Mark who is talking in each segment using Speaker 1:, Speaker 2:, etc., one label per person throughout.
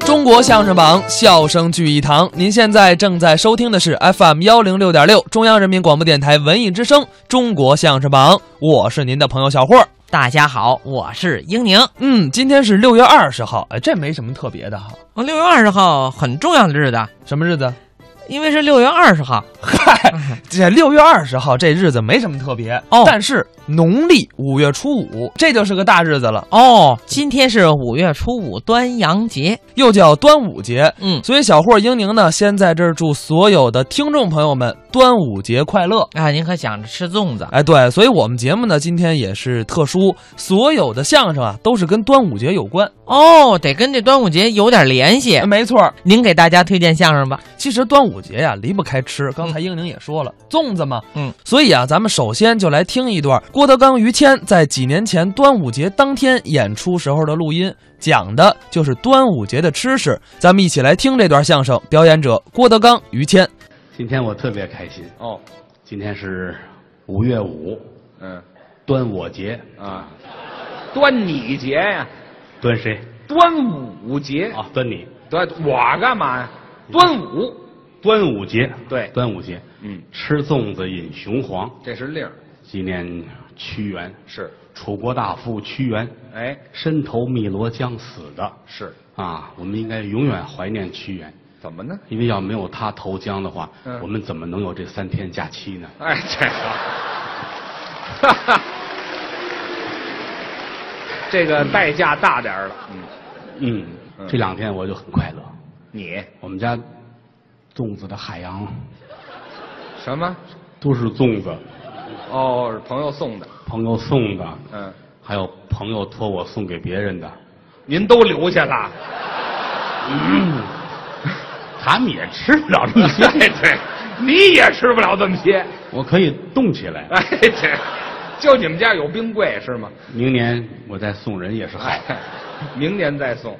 Speaker 1: 中国相声榜，笑声聚一堂。您现在正在收听的是 FM 幺零六点六，中央人民广播电台文艺之声《中国相声榜》，我是您的朋友小霍。
Speaker 2: 大家好，我是英宁。
Speaker 1: 嗯，今天是六月二十号，哎，这没什么特别的哈。
Speaker 2: 哦六月二十号很重要的日子，啊
Speaker 1: 什么日子？
Speaker 2: 因为是六月二十号。
Speaker 1: 嗨，这六月二十号这日子没什么特别
Speaker 2: 哦
Speaker 1: 但是农历五月初五，这就是个大日子了，
Speaker 2: 哦，今天是五月初五，端阳节。
Speaker 1: 又叫端午节。
Speaker 2: 嗯，
Speaker 1: 所以小霍英宁呢，先在这儿祝所有的听众朋友们端午节快乐。
Speaker 2: 啊，您可想着吃粽子？
Speaker 1: 哎，对，所以我们节目呢，今天也是特殊，所有的相声啊都是跟端午节有关。
Speaker 2: 哦，得跟这端午节有点联系。
Speaker 1: 哎没错儿，
Speaker 2: 您给大家推荐相声吧。
Speaker 1: 其实端午节呀、离不开吃。刚才英宁也说了，粽子嘛，
Speaker 2: 嗯，
Speaker 1: 所以啊，咱们首先就来听一段郭德纲、于谦在几年前端午节当天演出时候的录音，讲的就是端午节的吃食。咱们一起来听这段相声，表演者郭德纲、于谦。
Speaker 3: 今天我特别开心，
Speaker 4: 哦，
Speaker 3: 今天是五月五，
Speaker 4: 嗯
Speaker 3: 端午节，
Speaker 4: 啊，端你节呀，
Speaker 3: 端谁？
Speaker 4: 端午节
Speaker 3: 啊，端你，
Speaker 4: 端我干嘛呀？端午，
Speaker 3: 端午节，
Speaker 4: 对
Speaker 3: 端午节，
Speaker 4: 嗯，
Speaker 3: 吃粽子饮雄黄，
Speaker 4: 这是令儿，
Speaker 3: 纪念屈原，
Speaker 4: 是，
Speaker 3: 楚国大夫屈原，
Speaker 4: 哎，
Speaker 3: 身投汨罗江死的，
Speaker 4: 是，
Speaker 3: 啊，我们应该永远怀念屈原，
Speaker 4: 怎么呢？
Speaker 3: 因为要没有他投江的话，
Speaker 4: 嗯
Speaker 3: 我们怎么能有这三天假期呢？
Speaker 4: 哎，这个，哈 哈，这个代价大点儿了。嗯，
Speaker 3: 嗯，
Speaker 4: 嗯
Speaker 3: 这两天我就很快乐，
Speaker 4: 你
Speaker 3: 我们家粽子的海洋
Speaker 4: 什么？
Speaker 3: 都是粽子。
Speaker 4: 哦，是朋友送的。
Speaker 3: 朋友送的，
Speaker 4: 嗯，
Speaker 3: 还有朋友托我送给别人的，
Speaker 4: 您都留下 了。
Speaker 3: 他嗯们也吃不了这么
Speaker 4: 哎，
Speaker 3: 些，
Speaker 4: 对，你也吃不了这么些。
Speaker 3: 我可以冻起来。
Speaker 4: 哎，这就你们家有冰柜是吗？
Speaker 3: 明年我再送人也是好。
Speaker 4: 哎， 明年再送。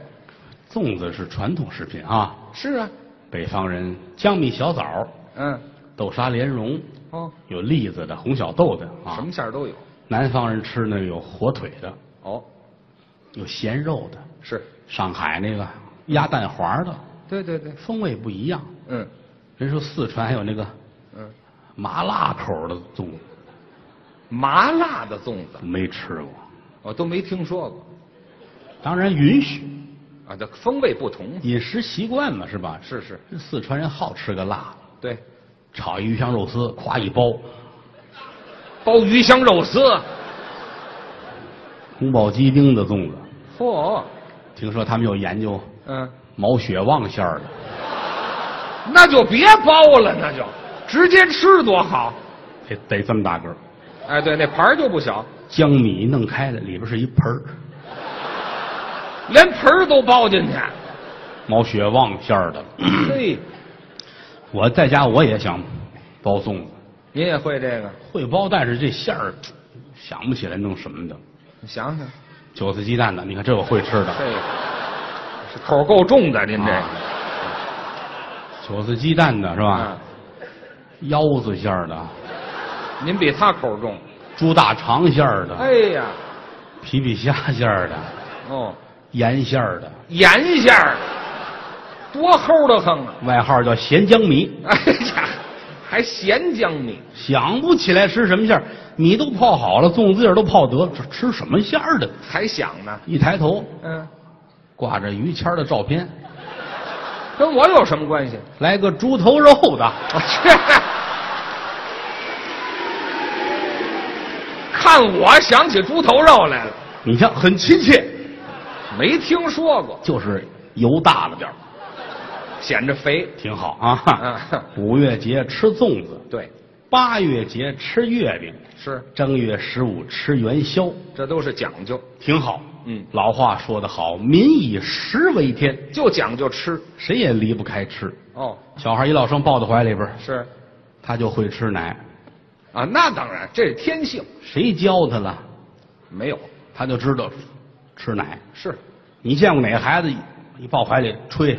Speaker 3: 粽子是传统食品啊，
Speaker 4: 是啊，
Speaker 3: 北方人江米小枣、
Speaker 4: 嗯，
Speaker 3: 豆沙莲蓉，
Speaker 4: 哦，
Speaker 3: 有栗子的、红小豆的
Speaker 4: 什
Speaker 3: 啊
Speaker 4: 么。馅儿都有。
Speaker 3: 南方人吃那个有火腿的，
Speaker 4: 哦，
Speaker 3: 有咸肉的，
Speaker 4: 是，
Speaker 3: 上海那个鸭蛋黄的，
Speaker 4: 对对对，
Speaker 3: 风味不一样。
Speaker 4: 嗯
Speaker 3: 人说四川还有那个
Speaker 4: 嗯，
Speaker 3: 麻辣口的粽子，
Speaker 4: 麻辣的粽子
Speaker 3: 没吃过。
Speaker 4: 我都没听说过
Speaker 3: 当然允许，
Speaker 4: 啊，这风味不同。
Speaker 3: 饮食习惯嘛，是吧？
Speaker 4: 是是，
Speaker 3: 四川人好吃个辣的，
Speaker 4: 对，
Speaker 3: 炒一鱼香肉丝，夸一包，
Speaker 4: 包鱼香肉丝，
Speaker 3: 宫保鸡丁的粽子。
Speaker 4: 嚯、
Speaker 3: 听说他们有研究
Speaker 4: 嗯，
Speaker 3: 毛血旺馅儿的，
Speaker 4: 那就别包了，那就直接吃多好。
Speaker 3: 得得这么大个儿，
Speaker 4: 哎，对，那盘儿就不小，
Speaker 3: 江米弄开了，里边是一盆儿，
Speaker 4: 连盆儿都包进去。
Speaker 3: 毛血旺馅儿的。
Speaker 4: 嘿，
Speaker 3: 我在家我也想包粽子，
Speaker 4: 您也会这个？
Speaker 3: 会包，但是这馅儿想不起来弄什么的。
Speaker 4: 你想想，
Speaker 3: 韭菜鸡蛋的，你看这我会吃的。
Speaker 4: 这个是口够重的，您这个、
Speaker 3: 啊韭菜鸡蛋的是
Speaker 4: 啊
Speaker 3: 吧？腰子馅儿的，
Speaker 4: 嗯您比他口重。
Speaker 3: 猪大肠馅儿的。
Speaker 4: 哎呀，
Speaker 3: 皮皮虾馅儿的、
Speaker 4: 哦，
Speaker 3: 盐馅儿的，
Speaker 4: 盐馅儿的，多齁的慌啊！
Speaker 3: 外号叫咸江米。
Speaker 4: 哎呀，还咸江米，
Speaker 3: 想不起来吃什么馅儿，米都泡好了，粽子叶儿都泡得了，这吃什么馅儿的？
Speaker 4: 还想呢？
Speaker 3: 一抬头，
Speaker 4: 嗯，
Speaker 3: 挂着于谦儿的照片，
Speaker 4: 跟我有什么关系？
Speaker 3: 来个猪头肉的，
Speaker 4: 我去，看我想起猪头肉来了，
Speaker 3: 你看很亲切，
Speaker 4: 没听说过，
Speaker 3: 就是油大了点儿，
Speaker 4: 显着肥。
Speaker 3: 挺好啊
Speaker 4: 嗯。
Speaker 3: 五月节吃粽子，
Speaker 4: 对，
Speaker 3: 八月节吃月饼，
Speaker 4: 是，
Speaker 3: 正月十五吃元宵，
Speaker 4: 这都是讲究，
Speaker 3: 挺好。
Speaker 4: 嗯
Speaker 3: 老话说得好，民以食为天，
Speaker 4: 就讲究吃。
Speaker 3: 谁也离不开吃。
Speaker 4: 哦，
Speaker 3: 小孩一落生抱到怀里边儿，
Speaker 4: 是
Speaker 3: 他就会吃奶。
Speaker 4: 啊，那当然，这是天性，
Speaker 3: 谁教他了，
Speaker 4: 没有
Speaker 3: 他就知道吃奶。
Speaker 4: 是
Speaker 3: 你见过哪个孩子一抱怀里吹？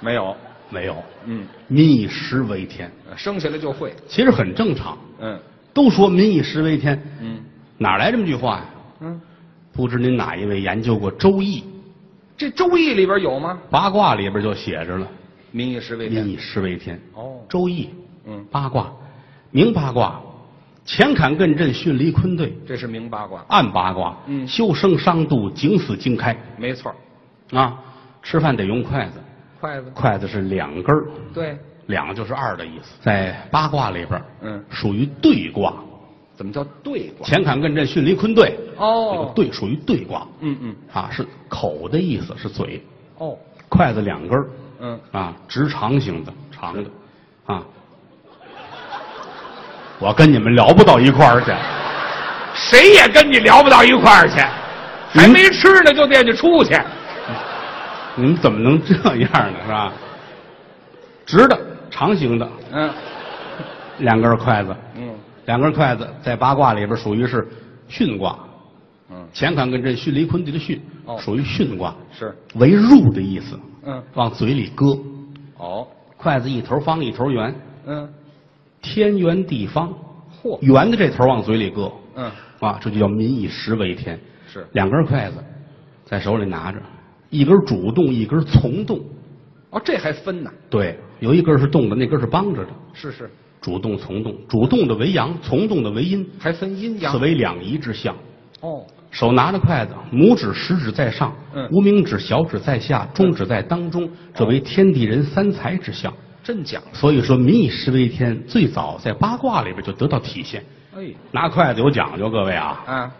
Speaker 4: 没有，
Speaker 3: 没有。
Speaker 4: 嗯，
Speaker 3: 民以食为天，
Speaker 4: 生下来就会，
Speaker 3: 其实很正常。
Speaker 4: 嗯
Speaker 3: 都说民以食为天，
Speaker 4: 嗯
Speaker 3: 哪来这么句话呀、
Speaker 4: 嗯，
Speaker 3: 不知您哪一位研究过《周易》
Speaker 4: 这《周易》里边有吗？
Speaker 3: 八卦里边就写着了，
Speaker 4: 民以食为
Speaker 3: 民
Speaker 4: 天
Speaker 3: 以。食为天。
Speaker 4: 哦
Speaker 3: 周易，
Speaker 4: 嗯
Speaker 3: 八卦，明八卦，乾坎艮震巽离坤兑，
Speaker 4: 这是明八卦，
Speaker 3: 暗八卦，
Speaker 4: 嗯
Speaker 3: 修生伤度，景死惊开，
Speaker 4: 没错儿。
Speaker 3: 啊，吃饭得用筷子，
Speaker 4: 筷子，
Speaker 3: 筷子是两根儿，
Speaker 4: 对，
Speaker 3: 两就是二的意思，在八卦里边儿，
Speaker 4: 嗯
Speaker 3: 属于对卦，
Speaker 4: 怎么叫对卦？
Speaker 3: 乾坎艮震巽离坤兑，这
Speaker 4: 哦
Speaker 3: 个，兑属于对卦，
Speaker 4: 嗯嗯，
Speaker 3: 啊，是口的意思，是嘴，
Speaker 4: 哦，
Speaker 3: 筷子两根儿，
Speaker 4: 嗯，
Speaker 3: 啊，直肠型的，长的，啊，我跟你们聊不到一块儿去。
Speaker 4: 谁也跟你聊不到一块儿去，还
Speaker 3: 嗯
Speaker 4: 没吃呢就惦记出去。
Speaker 3: 你们怎么能这样呢？是吧？直的，长形的，
Speaker 4: 嗯
Speaker 3: 两根筷子，
Speaker 4: 嗯
Speaker 3: 两根筷子在八卦里边属于是巽卦，
Speaker 4: 嗯，
Speaker 3: 乾坎艮震巽离坤地的巽，
Speaker 4: 哦
Speaker 3: 属于巽卦，
Speaker 4: 是，
Speaker 3: 为入的意思，
Speaker 4: 嗯，
Speaker 3: 往嘴里搁。
Speaker 4: 哦，
Speaker 3: 筷子一头方，一头圆，
Speaker 4: 嗯，
Speaker 3: 天圆地方，
Speaker 4: 嚯，
Speaker 3: 圆的这头往嘴里搁，
Speaker 4: 嗯，
Speaker 3: 啊，这就叫民以食为天。
Speaker 4: 是
Speaker 3: 两根筷子在手里拿着，一根主动，一根从动。
Speaker 4: 哦，这还分呢，
Speaker 3: 对，有一根是动的，那根是帮着的。
Speaker 4: 是是，
Speaker 3: 主动从动，主动的为阳，从动的为阴，
Speaker 4: 还分阴阳
Speaker 3: 此。为两仪之象。
Speaker 4: 哦，
Speaker 3: 手拿着筷子，拇指、食指在上，
Speaker 4: 嗯
Speaker 3: 无名指、小指在下，中指在当中，这为天地人三才之象。
Speaker 4: 真讲究。
Speaker 3: 所以说，民以食为天，最早在八卦里边就得到体现。
Speaker 4: 哎，
Speaker 3: 拿筷子有讲究，各位啊，
Speaker 4: 啊，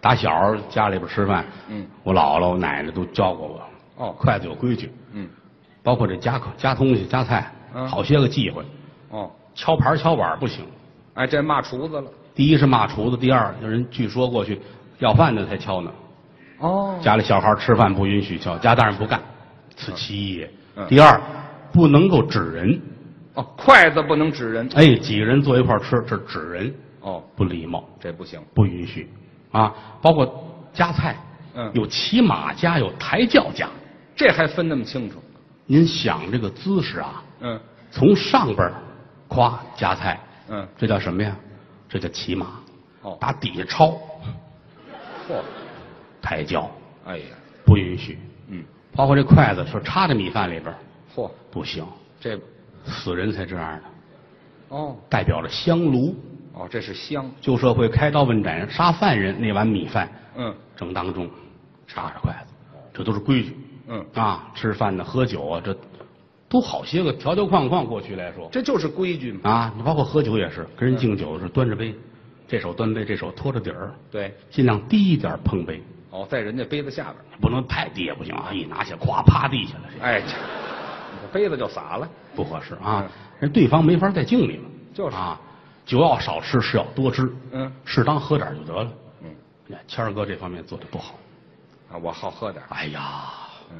Speaker 3: 打小家里边吃饭，
Speaker 4: 嗯，
Speaker 3: 我姥姥、我奶奶都教过我，
Speaker 4: 哦，
Speaker 3: 筷子有规矩，
Speaker 4: 嗯，
Speaker 3: 包括这夹口夹东西、夹菜，
Speaker 4: 嗯
Speaker 3: 好些个忌讳，
Speaker 4: 哦，
Speaker 3: 敲盘敲碗不行。
Speaker 4: 哎，这骂厨子了。
Speaker 3: 第一是骂厨子，第二有人据说过去要饭的才敲呢，
Speaker 4: 哦，
Speaker 3: 家里小孩吃饭不允许敲，家大人不干，此其一也。
Speaker 4: 嗯
Speaker 3: 第二，不能够指人，
Speaker 4: 哦，筷子不能指人。
Speaker 3: 哎，几个人坐一块儿吃，这指人
Speaker 4: 哦，
Speaker 3: 不礼貌，
Speaker 4: 这不行。
Speaker 3: 不允许啊。包括夹菜，
Speaker 4: 嗯
Speaker 3: 有骑马夹，有抬轿夹。
Speaker 4: 这还分那么清楚。
Speaker 3: 您想这个姿势啊，
Speaker 4: 嗯
Speaker 3: 从上边儿夸夹菜，
Speaker 4: 嗯，
Speaker 3: 这叫什么呀？这叫骑马，
Speaker 4: 哦，
Speaker 3: 打底下抄
Speaker 4: 嚯，
Speaker 3: 抬轿，
Speaker 4: 哎呀，
Speaker 3: 不允许。
Speaker 4: 嗯，
Speaker 3: 包括这筷子，说插在米饭里边儿
Speaker 4: 嚯，
Speaker 3: 不行，
Speaker 4: 这，
Speaker 3: 死人才这样的，
Speaker 4: 哦
Speaker 3: 代表着香炉。
Speaker 4: 哦，这是香。
Speaker 3: 旧社会开刀问斩杀犯人那碗米饭
Speaker 4: 嗯
Speaker 3: 正当中，插着筷子，这都是规矩
Speaker 4: 嗯，
Speaker 3: 啊。吃饭呢，喝酒啊，这都好些个条条框框。过去来说
Speaker 4: 这就是规矩嘛。
Speaker 3: 啊，你包括喝酒也是，跟
Speaker 4: 嗯
Speaker 3: 人敬酒是端着杯，这手端杯，这手托着底儿，
Speaker 4: 对，
Speaker 3: 尽量低一点碰杯，
Speaker 4: 哦，在人家杯子下边。
Speaker 3: 不能太低也不行啊。一拿下，咵趴地下了，这
Speaker 4: 哎，这你这杯子就洒了。
Speaker 3: 不合适啊
Speaker 4: 嗯。
Speaker 3: 人对方没法再敬你了，
Speaker 4: 就是
Speaker 3: 啊，酒要少吃，是要多吃，
Speaker 4: 嗯
Speaker 3: 适当喝点就得了。
Speaker 4: 嗯，
Speaker 3: 你看谦儿哥这方面做的不好，
Speaker 4: 啊，我好喝点儿。
Speaker 3: 哎呀，
Speaker 4: 嗯，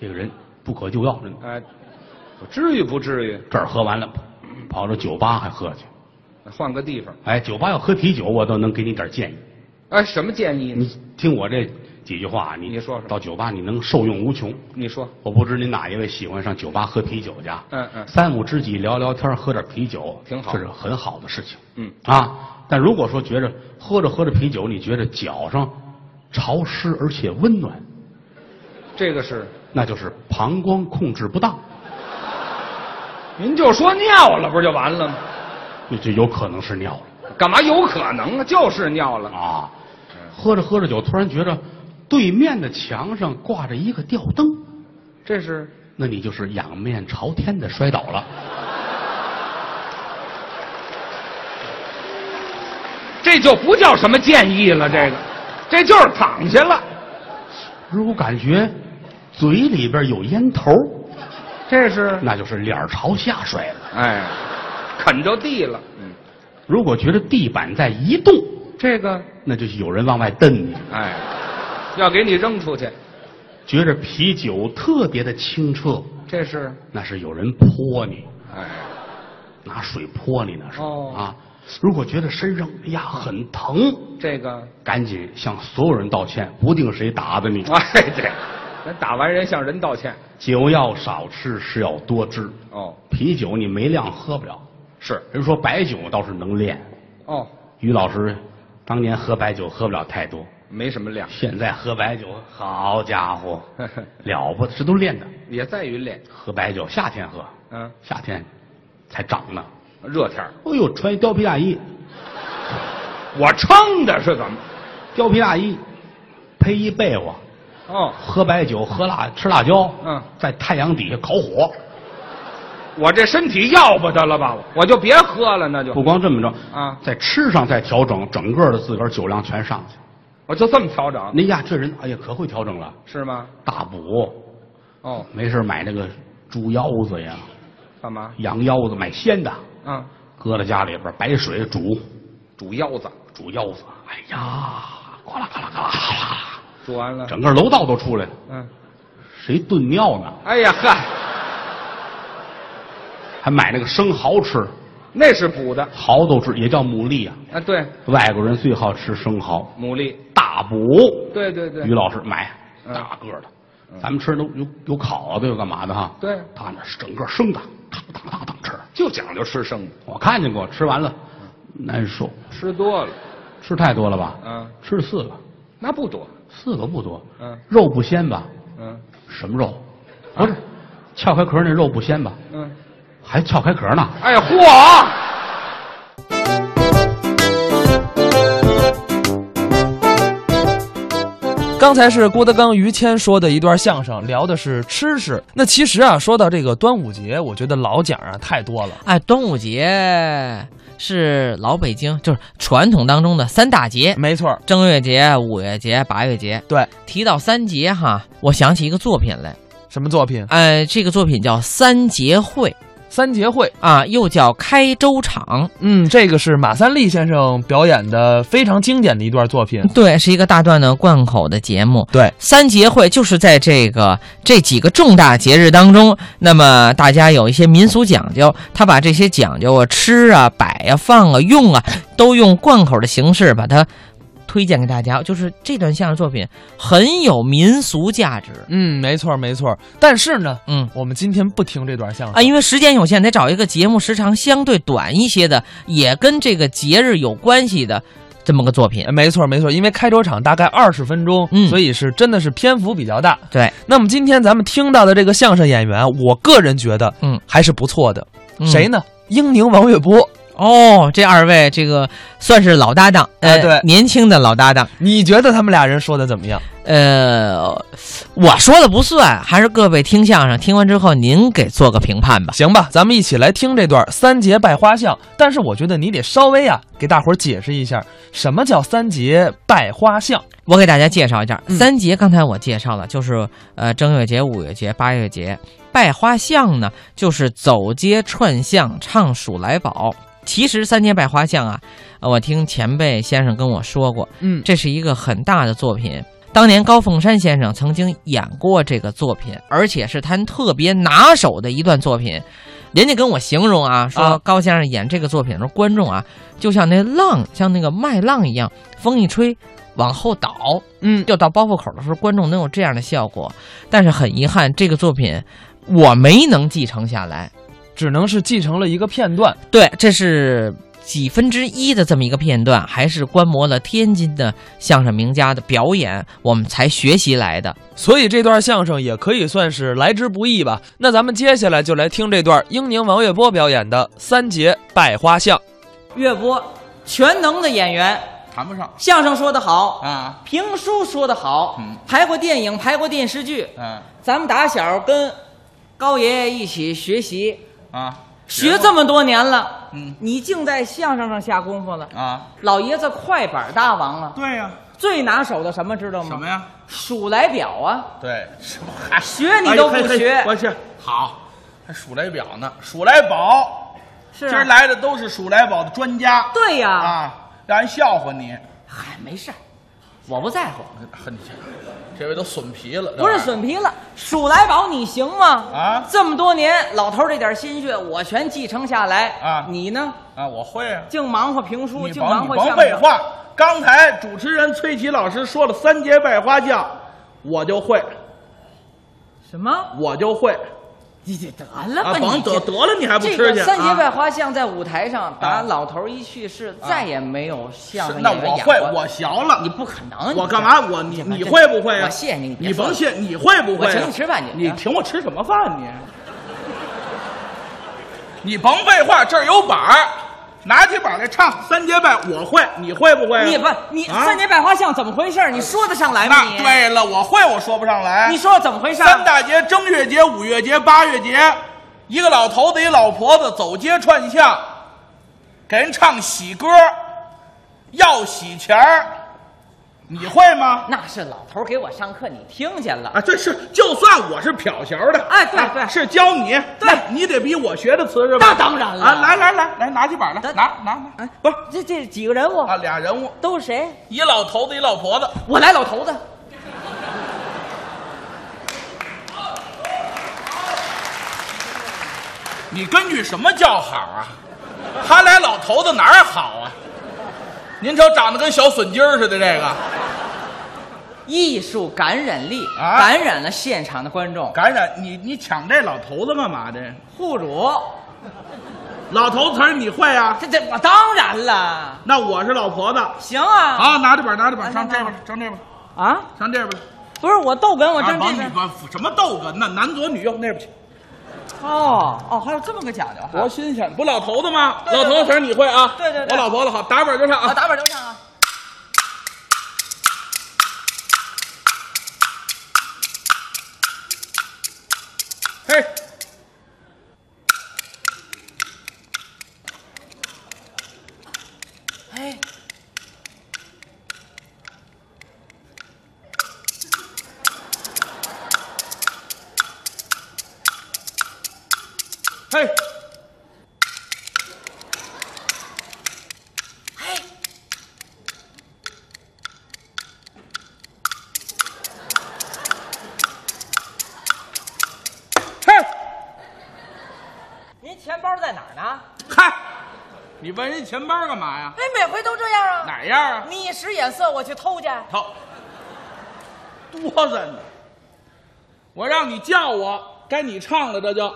Speaker 3: 这个人不可救药，真的。
Speaker 4: 哎，我至于不至于？
Speaker 3: 这儿喝完了，跑到酒吧还喝去。
Speaker 4: 换个地方。
Speaker 3: 哎，酒吧要喝啤酒，我倒能给你点建议。
Speaker 4: 哎，什么建议呢？
Speaker 3: 你听我这几句话，你
Speaker 4: 你说说
Speaker 3: 到酒吧你能受用无穷。
Speaker 4: 你说。
Speaker 3: 我不知您哪一位喜欢上酒吧喝啤酒去啊？
Speaker 4: 嗯嗯
Speaker 3: 三五知己聊聊天，喝点啤酒，
Speaker 4: 挺好
Speaker 3: 这是很好的事情。
Speaker 4: 嗯
Speaker 3: 啊，但如果说觉着喝着喝着啤酒，你觉着脚上潮湿而且温暖，
Speaker 4: 这个是，
Speaker 3: 那就是膀胱控制不当，
Speaker 4: 您就说尿了，不是就完了吗？
Speaker 3: 就就有可能是尿了
Speaker 4: 干嘛有可能啊？就是尿了。
Speaker 3: 啊。
Speaker 4: 嗯
Speaker 3: 喝着喝着酒，突然觉着对面的墙上挂着一个吊灯，
Speaker 4: 这是
Speaker 3: 那你就是仰面朝天的摔倒了。
Speaker 4: 这就不叫什么建议了，这个，这就是躺下了。
Speaker 3: 如果感觉嘴里边有烟头，
Speaker 4: 这是，
Speaker 3: 那就是脸儿朝下摔了。
Speaker 4: 哎，啃着地了。嗯，
Speaker 3: 如果觉得地板在移动，
Speaker 4: 这个，
Speaker 3: 那就是有人往外蹬你。
Speaker 4: 哎，要给你扔出去。
Speaker 3: 觉着啤酒特别的清澈，
Speaker 4: 这是，
Speaker 3: 那是有人泼你，
Speaker 4: 哎，
Speaker 3: 拿水泼你那是、
Speaker 4: 哦
Speaker 3: 啊。如果觉得身上哎呀很疼，
Speaker 4: 这个，
Speaker 3: 赶紧向所有人道歉，不定谁打的你。
Speaker 4: 哎，对，咱打完人向人道歉。
Speaker 3: 酒要少吃，是要多吃。
Speaker 4: 哦，
Speaker 3: 啤酒你没量喝不了，
Speaker 4: 是，
Speaker 3: 人说白酒倒是能练。
Speaker 4: 哦，
Speaker 3: 于老师当年喝白酒喝不了太多，
Speaker 4: 没什么量，
Speaker 3: 现在喝白酒，好家 伙，了不得，这都练的。
Speaker 4: 也在于练。
Speaker 3: 喝白酒，夏天喝，
Speaker 4: 嗯，
Speaker 3: 夏天才长呢。
Speaker 4: 热天儿
Speaker 3: 哎呦，穿一貂皮大衣，
Speaker 4: 我撑的是怎么？
Speaker 3: 貂皮大衣，披一被窝，
Speaker 4: 哦，
Speaker 3: 喝白酒，喝辣，吃辣椒，
Speaker 4: 嗯，
Speaker 3: 在太阳底下烤火。
Speaker 4: 我这身体要不得了吧？我就别喝了，那就
Speaker 3: 不光这么着
Speaker 4: 啊
Speaker 3: 在吃上再调整，整个的自个儿酒量全上去。
Speaker 4: 我就这么调整，
Speaker 3: 哎呀，这人哎呀可会调整了，
Speaker 4: 是吗？
Speaker 3: 大补，
Speaker 4: 哦，
Speaker 3: 没事儿买那个猪腰子呀、
Speaker 4: 干嘛？
Speaker 3: 羊腰子，买鲜的，
Speaker 4: 啊，
Speaker 3: 搁在家里边儿白水煮，
Speaker 4: 煮腰子，
Speaker 3: 煮腰子。哎呀，呱啦呱啦呱啦呱啦，
Speaker 4: 煮完了，
Speaker 3: 整个楼道都出来了，
Speaker 4: 嗯，
Speaker 3: 谁炖尿呢？
Speaker 4: 哎呀嗨，
Speaker 3: 还买那个生蚝吃，
Speaker 4: 那是补的
Speaker 3: 蚝都吃，也叫牡蛎啊。
Speaker 4: 啊，对，
Speaker 3: 外国人最好吃生蚝，
Speaker 4: 牡蛎，
Speaker 3: 大补。
Speaker 4: 对对对
Speaker 3: 于，老师买
Speaker 4: 嗯
Speaker 3: 大个儿的，咱们吃都有有烤的，有干嘛的哈？
Speaker 4: 对
Speaker 3: 他那是整个生的，当当当当吃。
Speaker 4: 就讲究吃生的，
Speaker 3: 我看见过，吃完了难受，
Speaker 4: 吃多了，
Speaker 3: 吃太多了吧？
Speaker 4: 嗯，
Speaker 3: 吃四个，
Speaker 4: 那不多，
Speaker 3: 四个不多。
Speaker 4: 嗯
Speaker 3: 肉不鲜吧？
Speaker 4: 嗯
Speaker 3: 什么肉？不是，啊撬开壳那肉不鲜吧？
Speaker 4: 嗯，
Speaker 3: 还撬开壳呢？
Speaker 4: 哎嚯！
Speaker 5: 啊
Speaker 1: 刚才是郭德纲、于谦说的一段相声，聊的是吃食。那其实啊，说到这个端午节，我觉得老讲啊太多了。
Speaker 2: 哎，端午节是老北京就是传统当中的三大节，
Speaker 1: 没错儿，
Speaker 2: 正月节、五月节、八月节。
Speaker 1: 对，
Speaker 2: 提到三节哈，我想起一个作品来，
Speaker 1: 什么作品？
Speaker 2: 哎，这个作品叫《三节会》
Speaker 1: 三节会。
Speaker 2: 啊，又叫《开州场
Speaker 1: 嗯，这个是马三立先生表演的非常经典的一段作品。》，
Speaker 2: 对，是一个大段的贯口的节目。
Speaker 1: 对，
Speaker 2: 三节会就是在这个这几个重大节日当中，那么大家有一些民俗讲究，他把这些讲究啊、吃啊、摆啊、放啊、用啊，都用贯口的形式把它推荐给大家。就是这段相声作品很有民俗价值
Speaker 1: 嗯，没错儿没错儿。但是呢，
Speaker 2: 嗯，
Speaker 1: 我们今天不听这段相声
Speaker 2: 啊，因为时间有限，得找一个节目时长相对短一些的，也跟这个节日有关系的这么个作品
Speaker 1: 哎。没错没错，因为开头场大概二十分钟，
Speaker 2: 嗯
Speaker 1: 所以是真的是篇幅比较大。
Speaker 2: 对，
Speaker 1: 那么今天咱们听到的这个相声演员，我个人觉得，
Speaker 2: 嗯，
Speaker 1: 还是不错的。
Speaker 2: 嗯
Speaker 1: 谁呢？英宁、王月波，
Speaker 2: 哦，这二位这个算是老搭档，呃
Speaker 1: 哎对
Speaker 2: 年轻的老搭档。
Speaker 1: 你觉得他们俩人说的怎么样？
Speaker 2: 呃，我说的不算，还是各位听相声听完之后您给做个评判吧。
Speaker 1: 行吧，咱们一起来听这段三节拜花像。但是我觉得你得稍微啊，给大伙儿解释一下什么叫三节拜花像。
Speaker 2: 我给大家介绍一下、
Speaker 1: 嗯
Speaker 2: 三节，刚才我介绍了，就是呃正月节、五月节、八月节。拜花巷呢，就是走街串巷唱数来宝。其实三节拜花巷啊，呃我听前辈先生跟我说过，
Speaker 1: 嗯，
Speaker 2: 这是一个很大的作品。当年高凤山先生曾经演过这个作品，而且是他特别拿手的一段作品。人家跟我形容啊，说
Speaker 1: 啊
Speaker 2: 高先生演这个作品的时候，观众啊就像那浪，像那个麦浪一样，风一吹往后倒，
Speaker 1: 嗯，
Speaker 2: 掉到包袱口的时候，观众能有这样的效果。但是很遗憾，这个作品我没能继承下来。
Speaker 1: 只能是继承了一个片段。
Speaker 2: 对，这是几分之一的这么一个片段，还是观摩了天津的相声名家的表演，我们才学习来的。
Speaker 1: 所以这段相声也可以算是来之不易吧。那咱们接下来就来听这段英宁王月波表演的三节拜花像。
Speaker 5: 岳波，全能的演员，
Speaker 6: 谈不上
Speaker 5: 相声说得好，
Speaker 6: 啊，
Speaker 5: 评书说得好，
Speaker 6: 嗯
Speaker 5: 拍过电影，拍过电视剧。
Speaker 6: 嗯
Speaker 5: 咱们打小跟高爷爷一起学习，
Speaker 6: 啊，
Speaker 5: 学这么多年了，
Speaker 6: 嗯
Speaker 5: 你竟在相声上下功夫了。
Speaker 6: 啊，
Speaker 5: 老爷子快板大王了，
Speaker 6: 对呀，
Speaker 5: 最拿手的什么知道吗？
Speaker 6: 什么？呀？哎
Speaker 5: 数来表啊，
Speaker 6: 对，什么还
Speaker 5: 学你都不学
Speaker 6: 我去，好，还数来表呢，数来宝，
Speaker 5: 是
Speaker 6: 今
Speaker 5: 啊
Speaker 6: 儿来的都是数来宝的专家，
Speaker 5: 对呀、
Speaker 6: 啊，让人笑话你，
Speaker 5: 嗨，没事儿，我不在乎，
Speaker 6: 呵，你这这位都损皮了，
Speaker 5: 不是损皮了，数来宝你行吗？
Speaker 6: 啊
Speaker 5: 这么多年，老头儿这点心血我全继承下来
Speaker 6: 啊
Speaker 5: 你呢，
Speaker 6: 啊，我会啊，
Speaker 5: 净忙活评书，
Speaker 6: 你
Speaker 5: 净
Speaker 6: 甭
Speaker 5: 忙
Speaker 6: 你
Speaker 5: 活
Speaker 6: 甭
Speaker 5: 相
Speaker 6: 废
Speaker 5: 声。
Speaker 6: 话，刚才主持人崔琦老师说了三节拜花将，我就会，
Speaker 5: 什么？
Speaker 6: 我就会，
Speaker 2: 你你得了吧
Speaker 6: 啊，，甭
Speaker 2: 你
Speaker 6: 得得了，你还不
Speaker 2: 这
Speaker 6: 吃
Speaker 2: 个
Speaker 6: 去？
Speaker 2: 三
Speaker 6: 啊
Speaker 2: 节外花巷在舞台上，打
Speaker 6: 啊
Speaker 2: 老头一去世，再也没有相
Speaker 6: 是
Speaker 2: 声
Speaker 6: 那
Speaker 2: 演员
Speaker 6: 我
Speaker 2: 演
Speaker 6: 会，
Speaker 2: 过
Speaker 6: 我学了。
Speaker 2: 你不可能，
Speaker 6: 我
Speaker 2: 啊你
Speaker 6: 干嘛？我你
Speaker 2: 这
Speaker 6: 你会不会呀？啊
Speaker 2: 我谢你，别
Speaker 6: 你
Speaker 2: 说
Speaker 6: 甭
Speaker 2: 了
Speaker 6: 谢，你会不会呀？
Speaker 2: 我请你吃饭去啊
Speaker 6: 你请我吃什么饭你？你甭废话，这儿有板儿，拿起板儿来唱三节拜，我会，你会不会呀？
Speaker 2: 你不你
Speaker 6: 啊
Speaker 2: 三节百花巷怎么回事？你说得上来吗？
Speaker 6: 那
Speaker 2: 你，
Speaker 6: 对了，我会，我说不上来。
Speaker 2: 你说我怎么回事？
Speaker 6: 三大节：正月节、五月节、八月节。一个老头子，一老婆子走街串巷，给人唱喜歌，要喜钱儿，你会吗？
Speaker 2: 那是老头给我上课，你听见了
Speaker 6: 啊，？这是就算我是漂学的，
Speaker 2: 哎对
Speaker 6: 啊
Speaker 2: 对
Speaker 6: 是教你，
Speaker 2: 对
Speaker 6: 那你得比我学的词是吧？
Speaker 2: 那当然了
Speaker 6: 啊，来来来来，拿起板来
Speaker 2: 得，
Speaker 6: 拿拿拿
Speaker 2: 哎，，不
Speaker 6: 不是
Speaker 2: 是这这几个人物
Speaker 6: 啊，俩人物，
Speaker 2: 都是谁？
Speaker 6: 一老头子，一老婆子，
Speaker 2: 我来老头子，
Speaker 6: 你根据什么叫好啊？他来老头子哪儿好啊？您瞅长得跟小笋尖儿似的，这个
Speaker 2: 艺术感染力
Speaker 6: 啊
Speaker 2: 感染了现场的观众，
Speaker 6: 感染你，你抢这老头子干嘛的？
Speaker 2: 护主，
Speaker 6: 老头子词儿你会啊？
Speaker 2: 这这我当然了，
Speaker 6: 那我是老婆子。
Speaker 2: 行啊
Speaker 6: 好，拿着本儿，拿着本儿，
Speaker 2: 啊
Speaker 6: 上
Speaker 2: 那那
Speaker 6: 这边儿，上这边儿，
Speaker 2: 啊！
Speaker 6: 上这边儿。
Speaker 2: 不是我逗哏，我
Speaker 6: 啊
Speaker 2: 站
Speaker 6: 甭
Speaker 2: 这
Speaker 6: 你
Speaker 2: 边。
Speaker 6: 管什么逗哏呢？男左女右，那边去。
Speaker 2: 哦哦，还有这么个讲究哈。
Speaker 6: 多新鲜！不老头子吗？
Speaker 2: 啊对对
Speaker 6: 老头子词儿你会啊？
Speaker 2: 对对对
Speaker 6: 我老婆子好，打本儿就上
Speaker 2: 啊，
Speaker 6: 啊。
Speaker 2: 打板流畅啊。
Speaker 6: 嘿，
Speaker 2: 哎，
Speaker 6: 嘿，嘿，
Speaker 2: 您钱包在哪儿呢？
Speaker 6: 嗨，你问人钱包干嘛呀？
Speaker 2: 哎，每回都这样啊。
Speaker 6: 哪样啊？
Speaker 2: 你使眼色，我去偷去。
Speaker 6: 头，多着呢。我让你叫我，该你唱了，这就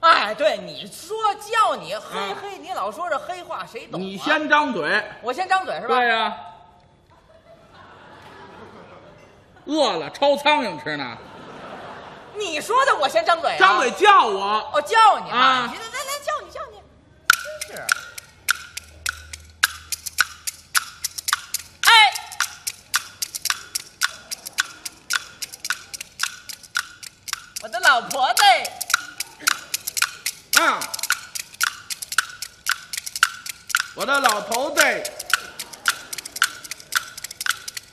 Speaker 2: 哎，对，你说叫你嘿嘿，你老说这黑话，谁懂、啊？
Speaker 6: 啊你，先张嘴。
Speaker 2: 我先张嘴是吧？
Speaker 6: 对呀、饿了，抽苍蝇吃呢。
Speaker 2: 哎你说的，我先张嘴、啊。
Speaker 6: 张嘴，叫我，
Speaker 2: 我哦叫你
Speaker 6: 啊
Speaker 2: 来来来，叫你叫你，真是。哎，我的老婆子，
Speaker 6: 啊！我的老头子，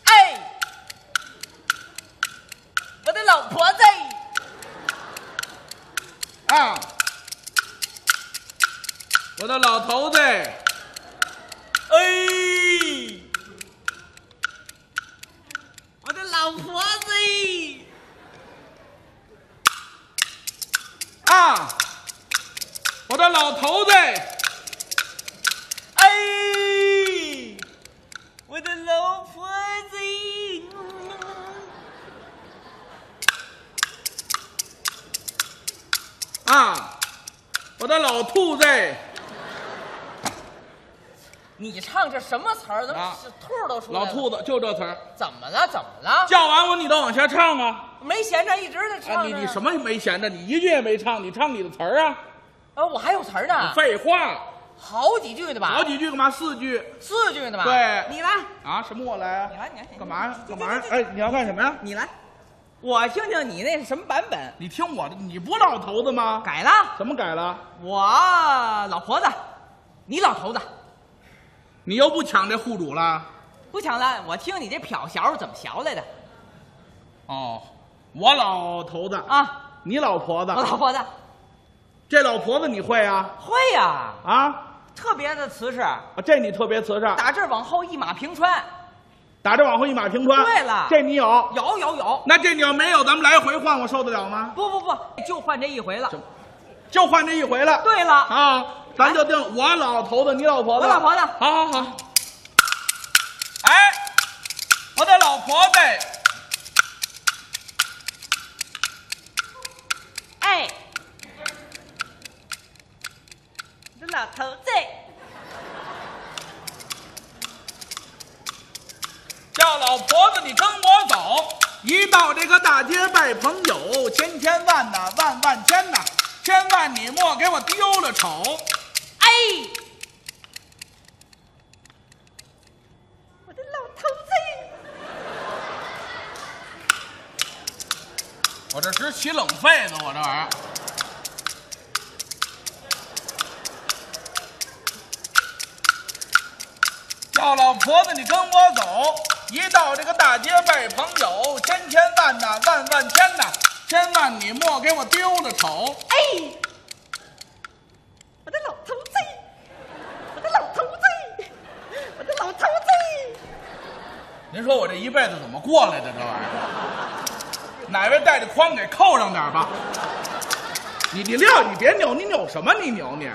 Speaker 2: 哎，我的老婆子，
Speaker 6: 啊！我的老头子，
Speaker 2: 哎，我的老婆子。
Speaker 6: 啊！我的老头子，
Speaker 2: 哎，我的老婆子！
Speaker 6: 啊！我的老兔子，
Speaker 2: 你唱这什么词儿？怎么
Speaker 6: 啊
Speaker 2: 是兔儿都出来
Speaker 6: 老
Speaker 2: 了？
Speaker 6: 兔子，就这词儿。
Speaker 2: 怎么了？怎么了？
Speaker 6: 叫完我，你都往下唱啊！
Speaker 2: 没闲着，一直在
Speaker 6: 啊，
Speaker 2: 唱
Speaker 6: 你
Speaker 2: 着呢
Speaker 6: 你什？么没闲着？你一句也没唱，你唱你的词儿啊！
Speaker 2: 啊，我还有词儿呢，
Speaker 6: 废话，
Speaker 2: 好几句的吧
Speaker 6: 好，几句干嘛？四句
Speaker 2: 四句的吧。
Speaker 6: 对
Speaker 2: 你来，
Speaker 6: 啊？什么我来啊？
Speaker 2: 你来，你来，
Speaker 6: 干嘛呀？
Speaker 2: 你
Speaker 6: 干嘛呀？哎，你要干什么呀？
Speaker 2: 你来，我听听你那是什么版本？
Speaker 6: 你听我的，你不老头子吗？
Speaker 2: 改了，
Speaker 6: 怎么改了？
Speaker 2: 我老婆子，你老头子，
Speaker 6: 你又不抢这户主了？
Speaker 2: 不抢了。我听你这漂小怎么学来的
Speaker 6: 哦，我老头子，
Speaker 2: 啊？
Speaker 6: 你老婆子
Speaker 2: 我，老婆子
Speaker 6: 这老婆子你会啊？
Speaker 2: 会呀、
Speaker 6: 啊，
Speaker 2: 特别的词是
Speaker 6: 啊这你特别慈善，
Speaker 2: 打这儿往后一马平川，
Speaker 6: 打着往后一马平川。
Speaker 2: 对了
Speaker 6: 这你有。
Speaker 2: 有有有，
Speaker 6: 那这你要没有，咱们来回换，我受得了吗？
Speaker 2: 不不不，就换这一回了。
Speaker 6: 就换这一回了。
Speaker 2: 对了，
Speaker 6: 啊，咱就定我老头子，你老婆
Speaker 2: 我
Speaker 6: 子。
Speaker 2: 老婆子，
Speaker 6: 好好好。哎，我的老婆子，
Speaker 2: 哎，
Speaker 7: 老头子，
Speaker 6: 叫老婆子你跟我走。一到这个大街拜朋友，千千万呐，万万千呐，千万你莫给我丢了丑。
Speaker 7: 哎，我的老头子，
Speaker 6: 我这直起冷痱子，我这玩意儿。要老婆子，你跟我走。一到这个大街拜朋友，千千万呐，万万千呐，千万你莫给我丢了丑。
Speaker 7: 哎，我的老头子，我的老头子，我的老头子，
Speaker 6: 您说我这一辈子怎么过来的？这玩意儿，哪位带着筐给扣上点吧？你你撂，你别扭，你扭什么？你扭你，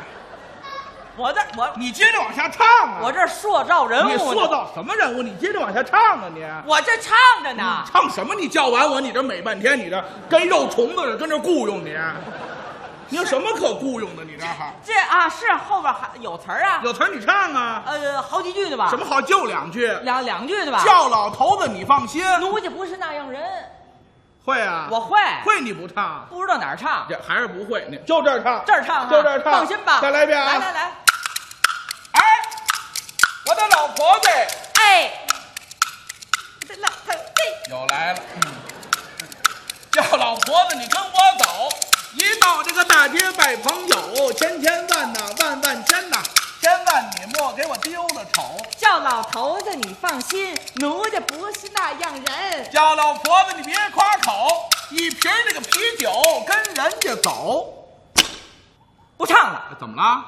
Speaker 5: 我这我
Speaker 6: 你接着往下唱啊！
Speaker 5: 我这塑造人
Speaker 6: 你
Speaker 5: 物
Speaker 6: 塑
Speaker 5: 呢，
Speaker 6: 造什么人物？你接着往下唱啊你！
Speaker 5: 我这唱着呢。
Speaker 2: 嗯
Speaker 6: 唱什么？你叫完我，你这美半天，你这跟肉虫子似的，跟这雇佣你，你有什么可雇佣的？你这还
Speaker 5: 这啊是后边还有词儿啊，
Speaker 6: 有词儿你唱啊？
Speaker 5: 呃好几句的吧
Speaker 6: 什，么好就两句？
Speaker 5: 两两句的吧。
Speaker 6: 叫老头子你放心，
Speaker 5: 奴家不是那样人，
Speaker 6: 会啊？
Speaker 5: 我会，
Speaker 6: 会你不唱，
Speaker 5: 不知道哪儿唱，
Speaker 6: 这还是不会，你就这儿唱，
Speaker 5: 这儿唱啊
Speaker 6: 就这儿唱，
Speaker 5: 放心吧。
Speaker 6: 再来一遍啊！
Speaker 5: 来来来，
Speaker 6: 哎，我的老婆子
Speaker 7: 哎，我的老头子，
Speaker 6: 又来了。嗯叫老婆子，你跟我走。一到这个大街拜朋友，千千万呐，万万千呐，千万你莫给我丢了丑。
Speaker 5: 叫老头子你放心，奴家不是那样人。
Speaker 6: 叫老婆子，你别夸口，一瓶这个啤酒跟人家走。哎
Speaker 5: 不唱了，
Speaker 6: 怎么了？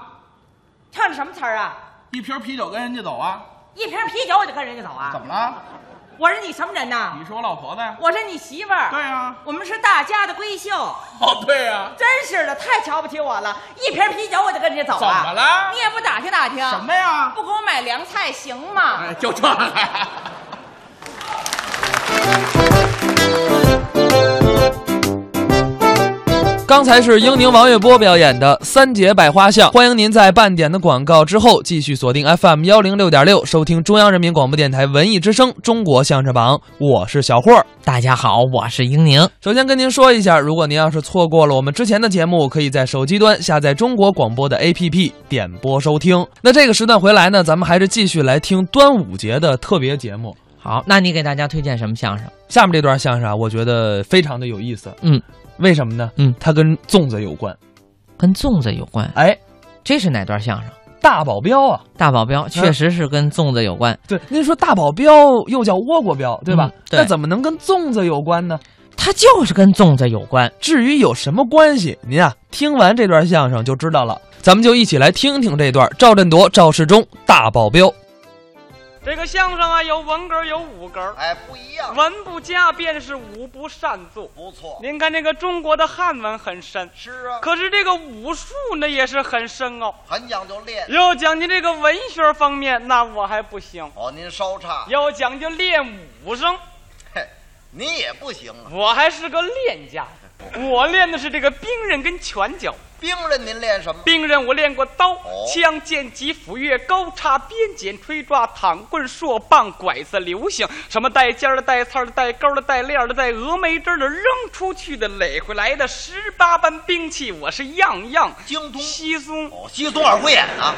Speaker 5: 唱的什么词儿啊？
Speaker 6: 一瓶啤酒跟人家走啊？
Speaker 5: 一瓶啤酒我就跟人家走啊
Speaker 6: 怎？么了？
Speaker 5: 我是你什么人呐？
Speaker 6: 你是我老婆子呀？
Speaker 5: 我是你媳妇儿。
Speaker 6: 对啊
Speaker 7: 啊
Speaker 6: 呀、
Speaker 5: 我们是大家的闺秀，
Speaker 6: 哦对呀、
Speaker 5: 真是的，太瞧不起我了！一瓶啤酒我就跟人家走
Speaker 6: 怎么了
Speaker 5: 你也不打听打
Speaker 7: 啊
Speaker 5: 听
Speaker 6: 什么呀？
Speaker 5: 不给我买凉菜行吗？
Speaker 6: 哎，就这样。
Speaker 1: 刚才是英宁王月波表演的《三节百花巷》，欢迎您在半点的广告之后继续锁定 FM 幺零六点六，收听中央人民广播电台文艺之声《中国相声榜》，我是小霍儿。
Speaker 2: 大家好，我是英宁。
Speaker 1: 首先跟您说一下，如果您要是错过了我们之前的节目，可以在手机端下载中国广播的 APP 点播收听。那这个时段回来呢，咱们还是继续来听端午节的特别节目。
Speaker 2: 好，那你给大家推荐什么相声？
Speaker 1: 下面这段相声啊，我觉得非常的有意思。
Speaker 2: 嗯，
Speaker 1: 为什么呢？
Speaker 2: 嗯
Speaker 1: 它跟粽子有关。
Speaker 2: 跟粽子有关，
Speaker 1: 哎，
Speaker 2: 这是哪段相声？
Speaker 1: 大保镖啊，
Speaker 2: 大保镖确实是跟粽子有关，
Speaker 1: 对，您说大保镖又叫倭瓜镖，对吧？
Speaker 2: 嗯对
Speaker 1: 那怎么能跟粽子有关呢？
Speaker 2: 它就是跟粽子有关。
Speaker 1: 至于有什么关系，您啊听完这段相声就知道了。咱们就一起来听听这段赵振铎、赵世忠大保镖。
Speaker 8: 这个相声啊，有文哏儿有武哏儿，
Speaker 9: 哎，不一样，
Speaker 8: 文不加便是武不善作。
Speaker 9: 不错，
Speaker 8: 您看这个中国的汉文很深，
Speaker 9: 是啊，
Speaker 8: 可是这个武术呢也是很深奥，
Speaker 9: 很讲究练。
Speaker 8: 要讲究这个文学方面，那我还不行，
Speaker 9: 哦，您稍差，
Speaker 8: 要讲究练武生，
Speaker 9: 嘿，您也不行啊。
Speaker 8: 我还是个练家。我练的是这个兵刃跟拳脚，
Speaker 9: 兵刃您练什么？
Speaker 8: 兵刃我练过刀、
Speaker 9: 哦
Speaker 8: 枪、剑、戟、斧、钺、高叉、鞭锏、吹抓、躺
Speaker 9: 哦
Speaker 8: 棍、槊棒、拐子、流星，什么带尖儿的、带刺儿的、带钩儿的、带链儿的、带峨眉针儿的、扔出去的、垒回来
Speaker 9: 哎
Speaker 8: 的，十八般兵器我是样样
Speaker 9: 精通。
Speaker 8: 稀松，
Speaker 9: 哦，西松耳慧眼啊，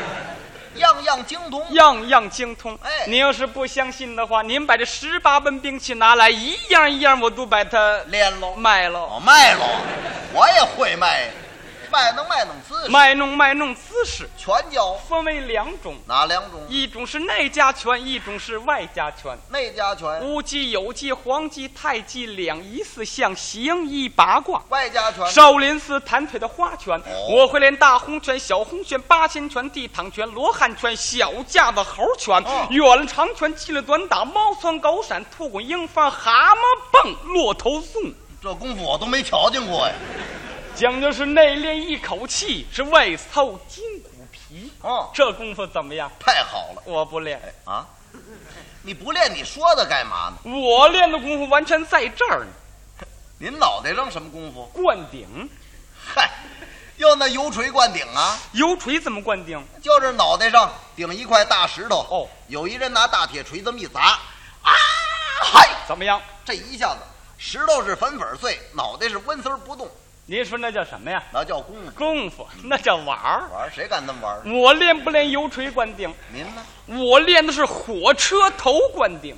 Speaker 9: 样样精通。
Speaker 8: 样样精通。
Speaker 9: 哎
Speaker 8: 您要是不相信的话，您把这十八般兵器拿来，一样一样我都把它
Speaker 9: 练喽，
Speaker 8: 卖了。
Speaker 9: 哦，卖喽，我也会卖，卖能卖弄姿势。
Speaker 8: 卖弄卖弄姿势
Speaker 9: 拳脚
Speaker 8: 分为两种，
Speaker 9: 哪两种？
Speaker 8: 一种是内家拳，一种是外家拳。
Speaker 9: 内家拳、
Speaker 8: 乌鸡、有鸡、黄鸡、太鸡、两仪四象、形意八卦。
Speaker 9: 外家拳。
Speaker 8: 少林寺弹腿的花拳，
Speaker 9: 哦
Speaker 8: 我会练大红拳、小红拳、八仙拳、地躺拳、罗汉拳、小架子猴拳、
Speaker 9: 哦
Speaker 8: 远长拳、七里短打、猫窜狗闪、兔滚鹰翻、蛤蟆蹦、骆头送。
Speaker 9: 这功夫我都没瞧见过呀。
Speaker 8: 讲究是内练一口气，是外凑筋骨皮。
Speaker 9: 哦，
Speaker 8: 这功夫怎么样？
Speaker 9: 太好了。
Speaker 8: 我不练，
Speaker 9: 哎啊，你不练你说它干嘛呢？
Speaker 8: 我练的功夫完全在这儿呢。
Speaker 9: 您脑袋上什么功夫？
Speaker 8: 灌顶，
Speaker 9: 嗨，要那油锤灌顶啊，
Speaker 8: 油锤怎么灌顶？
Speaker 9: 就是脑袋上顶一块大石头。
Speaker 8: 哦，
Speaker 9: 有一人拿大铁锤这么一砸，啊，嗨，
Speaker 8: 怎么样？
Speaker 9: 这一下子石头是粉粉碎，脑袋是纹丝儿不动，
Speaker 8: 您说那叫什么呀？
Speaker 9: 那叫功夫。
Speaker 8: 功夫，那叫玩儿。
Speaker 9: 玩儿谁敢那么玩儿？
Speaker 8: 我练不练油锤灌顶？
Speaker 9: 您呢？
Speaker 8: 我练的是火车头灌顶。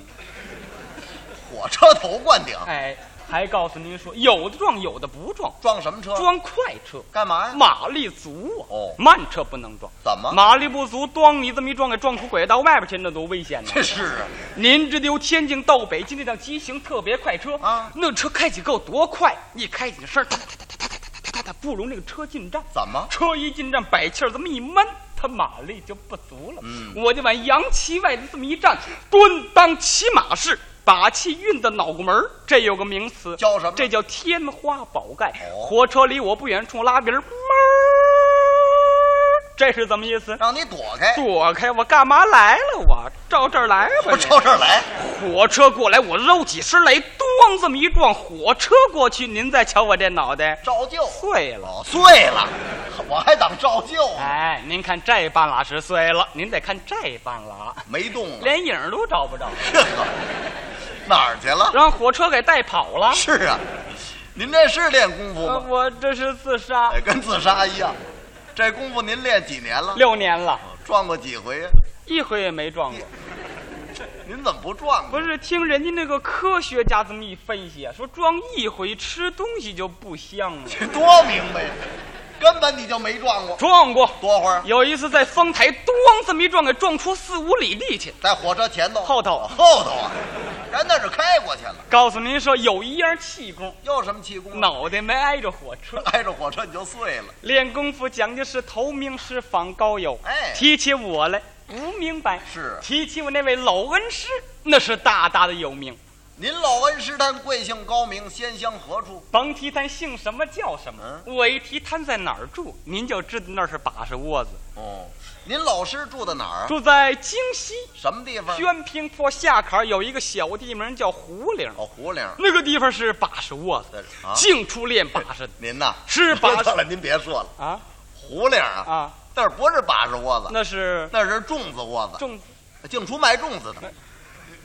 Speaker 9: 火车头灌顶，
Speaker 8: 哎，还告诉您说，有的撞，有的不撞，
Speaker 9: 撞什么车？
Speaker 8: 撞快车。
Speaker 9: 干嘛呀？
Speaker 8: 马力足啊！
Speaker 9: 哦
Speaker 8: 慢车不能撞，
Speaker 9: 怎么？
Speaker 8: 马力不足，咣你这么一撞，给撞出轨道外边去，那多危险呢！
Speaker 9: 这是 啊，
Speaker 8: 您这得由天津到北京那辆急行特别快车
Speaker 9: 啊
Speaker 8: 那车开起够多快，一开起声儿，哒哒哒哒哒哒哒哒哒哒，不容那个车进站。
Speaker 9: 怎么？
Speaker 8: 车一进站，摆气儿这么一闷，他马力就不足了。
Speaker 9: 嗯
Speaker 8: 我就往洋旗外的这么一站，蹲裆骑马式，把气运到脑门儿这有个名词
Speaker 9: 叫什么
Speaker 8: 这叫天花宝盖。
Speaker 9: 哦
Speaker 8: 火车离我不远处拉鼻儿，哞儿这是怎么意思？
Speaker 9: 让你躲开，
Speaker 8: 躲开！我干嘛来了？我照这儿来吧
Speaker 9: 不。
Speaker 8: 你
Speaker 9: 朝这儿来，
Speaker 8: 火车过来，我揉几十雷，咣这么一撞，火车过去，您再瞧我这脑袋
Speaker 9: 照旧。
Speaker 8: 碎了。
Speaker 9: 哦，碎了，我还等照旧呢，
Speaker 8: 哎，您看这半拉是碎了，您得看这半 拉，
Speaker 9: 没动啊。
Speaker 8: 连影儿都找不着，
Speaker 9: 呵呵，哪儿 去了？
Speaker 8: 让火车给带跑了。
Speaker 9: 是啊，您这是练功夫
Speaker 8: 呃
Speaker 9: 吗？
Speaker 8: 我这是自杀
Speaker 9: 哎，跟自杀一样。这功夫您练几年了？哦
Speaker 8: 六年了，
Speaker 9: 撞过几回呀？啊
Speaker 8: 一回也没撞过。
Speaker 9: 您怎么不撞啊呢？
Speaker 8: 不是听人家那个科学家这么一分析啊，说撞一回吃东西就不香了。
Speaker 9: 这多明白呀，根本你就没撞过。
Speaker 8: 撞过，
Speaker 9: 多会儿
Speaker 8: 有一次在丰台，咣这么一撞，给撞出四五里地去。
Speaker 9: 在火车前头，
Speaker 8: 后头
Speaker 9: 后头啊，人那是开过去了。
Speaker 8: 告诉您说，有一样气功，
Speaker 9: 又什么气功？啊
Speaker 8: 脑袋没挨着火车。
Speaker 9: 挨着火车你就碎了。
Speaker 8: 练功夫讲究是头名师访高友，
Speaker 9: 哎
Speaker 8: 提起我来不明白，
Speaker 9: 是
Speaker 8: 提起我那位老恩师，那是大大的有名，
Speaker 9: 您老恩师他贵姓高明，仙乡何处？
Speaker 8: 甭提他姓什么叫什么，
Speaker 9: 嗯
Speaker 8: 我一提他在哪儿住，您就知道那是把式窝子，
Speaker 9: 哦，您老师住在哪儿啊？嗯
Speaker 8: 住在京西
Speaker 9: 什么地方？
Speaker 8: 宣平坡下坎儿有一个小地名叫胡岭，
Speaker 9: 哦，胡岭。
Speaker 8: 那个地方是把式窝子，
Speaker 9: 啊
Speaker 8: 净出练把式的
Speaker 9: 您呐，
Speaker 8: 是把
Speaker 9: 知道了，您别说了，
Speaker 8: 啊
Speaker 9: 胡岭啊，
Speaker 8: 啊，
Speaker 9: 那不是把式窝子，
Speaker 8: 那是
Speaker 9: 那是粽子窝子，
Speaker 8: 种
Speaker 9: 净出卖粽子的。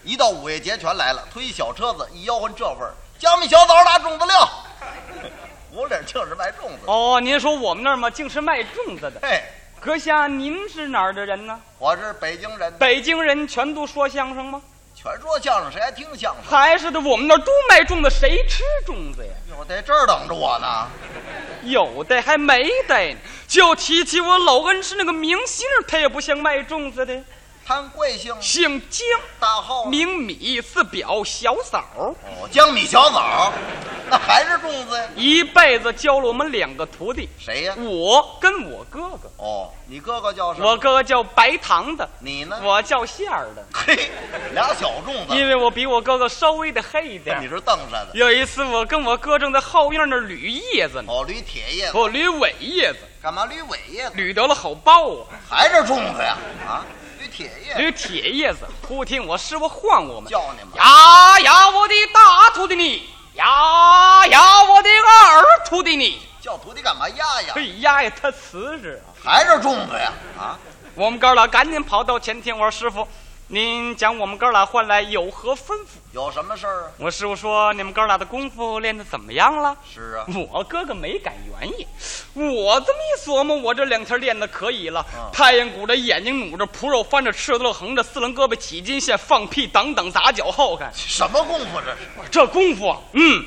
Speaker 9: 一到五月节全来了，推小车子一吆喝这味儿，江米小枣打粽子料。胡岭净是卖粽子的，
Speaker 8: 哦，您说我们那儿嘛，竟是卖粽子的。
Speaker 9: 嘿，
Speaker 8: 阁下，您是哪儿的人呢？
Speaker 9: 我是北京人，
Speaker 8: 北京人全都说相声吗？
Speaker 9: 全说相声，谁还听相声？
Speaker 8: 还是的，我们那儿都卖粽子，谁吃粽子呀？
Speaker 9: 我在这儿等着我呢。
Speaker 8: 有的还没的呢。就提起我老恩师那个明星儿，他也不像卖粽子的，
Speaker 9: 看贵姓，
Speaker 8: 姓姜，
Speaker 9: 大号呢
Speaker 8: 名米，字表，小嫂儿，
Speaker 9: 哦，江米小枣，那还是粽子呀？
Speaker 8: 一辈子教了我们两个徒弟，
Speaker 9: 谁呀？
Speaker 8: 我跟我哥哥。
Speaker 9: 哦，你哥哥叫什么？
Speaker 8: 我哥哥叫白糖的，
Speaker 9: 你呢？
Speaker 8: 我叫馅儿的，
Speaker 9: 嘿，俩小粽子。
Speaker 8: 因为我比我哥哥稍微的黑一点儿
Speaker 9: 你。是瞪着的，
Speaker 8: 有一次，我跟我哥正在后院那儿捋叶子呢，
Speaker 9: 哦，捋铁叶子，
Speaker 8: 我捋尾叶子，
Speaker 9: 干嘛捋尾叶子？
Speaker 8: 捋得了好包啊，
Speaker 9: 还是粽子呀？啊，捋铁叶子，
Speaker 8: 捋铁叶子。忽听我师傅唤我们
Speaker 9: 叫你们：“
Speaker 8: 呀呀，我的大徒弟你！呀呀，我的二徒弟你
Speaker 9: 叫徒弟干嘛压！”呀
Speaker 8: 哎？呀呀，他瓷实啊！
Speaker 9: 还是粽子呀？啊，
Speaker 8: 我们哥俩赶紧跑到前厅，我说：“师傅，您将我们哥俩唤来有何吩咐
Speaker 9: 有什么事儿啊？”？
Speaker 8: 我师傅说：“你们哥俩的功夫练得怎么样了？”
Speaker 9: 是啊，
Speaker 8: 我哥哥没敢愿意，我这么一琢磨，我这两天练的可以了。太阳鼓着眼睛努着，脯肉翻着，赤子横着，四棱胳膊起金线，放屁挡挡砸脚后看，
Speaker 9: 什么功夫这是？
Speaker 8: 这功夫啊，嗯，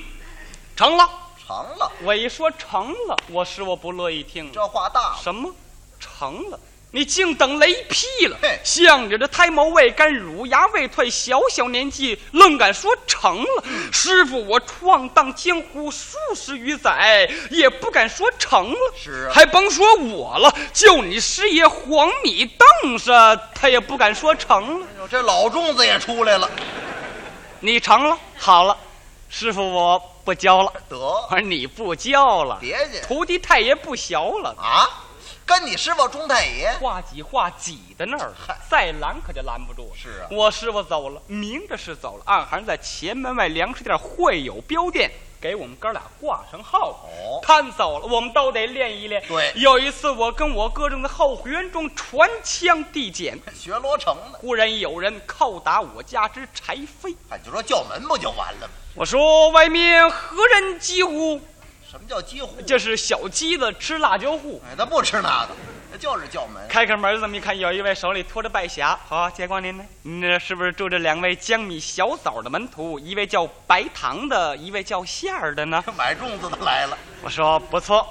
Speaker 8: 成了。
Speaker 9: 成了，
Speaker 8: 我一说成了，我师傅不乐意听了。
Speaker 9: 这话大了。
Speaker 8: 什么？成了？你竟等雷劈了
Speaker 9: 嘿！
Speaker 8: 像你这胎毛未干、乳牙未退，小小年纪愣敢说成了。师傅，我闯荡江湖数十余载，也不敢说成了。
Speaker 9: 是啊
Speaker 8: 还甭说我了，就你师爷黄米瞪着，他也不敢说成了。
Speaker 9: 哎呦这老粽子也出来了，
Speaker 8: 你成了，好了，师傅，我不教了。
Speaker 9: 得
Speaker 8: 我说你不教了，
Speaker 9: 别介
Speaker 8: 徒弟太爷不学了。
Speaker 9: 啊，跟你师傅钟太爷
Speaker 8: 话挤话挤在那儿
Speaker 9: 嗨，
Speaker 8: 再拦可就拦不住了。
Speaker 9: 是啊
Speaker 8: 我师傅走了，明着是走了，暗含在前门外粮食店会友标店给我们哥俩挂上号。
Speaker 9: 哦
Speaker 8: 看走了，我们都得练一练。
Speaker 9: 对
Speaker 8: 有一次我跟我哥正在后花园中传枪递减，
Speaker 9: 学罗成的，
Speaker 8: 忽然有人叩打我家之柴扉。
Speaker 9: 哎，就说叫门不就完了吗？
Speaker 8: 我说外面何人疾呼？
Speaker 9: 什么叫几乎？
Speaker 8: 这是小鸡子吃辣椒户。
Speaker 9: 哎，他不吃那个，他就是叫门。
Speaker 8: 开开门，这么一看，有一位手里托着拜匣。好、见光您呢。您这是不是住着两位江米小枣的门徒？一位叫白糖的，一位叫馅儿的呢？
Speaker 9: 买粽子的来了，
Speaker 8: 我说不错，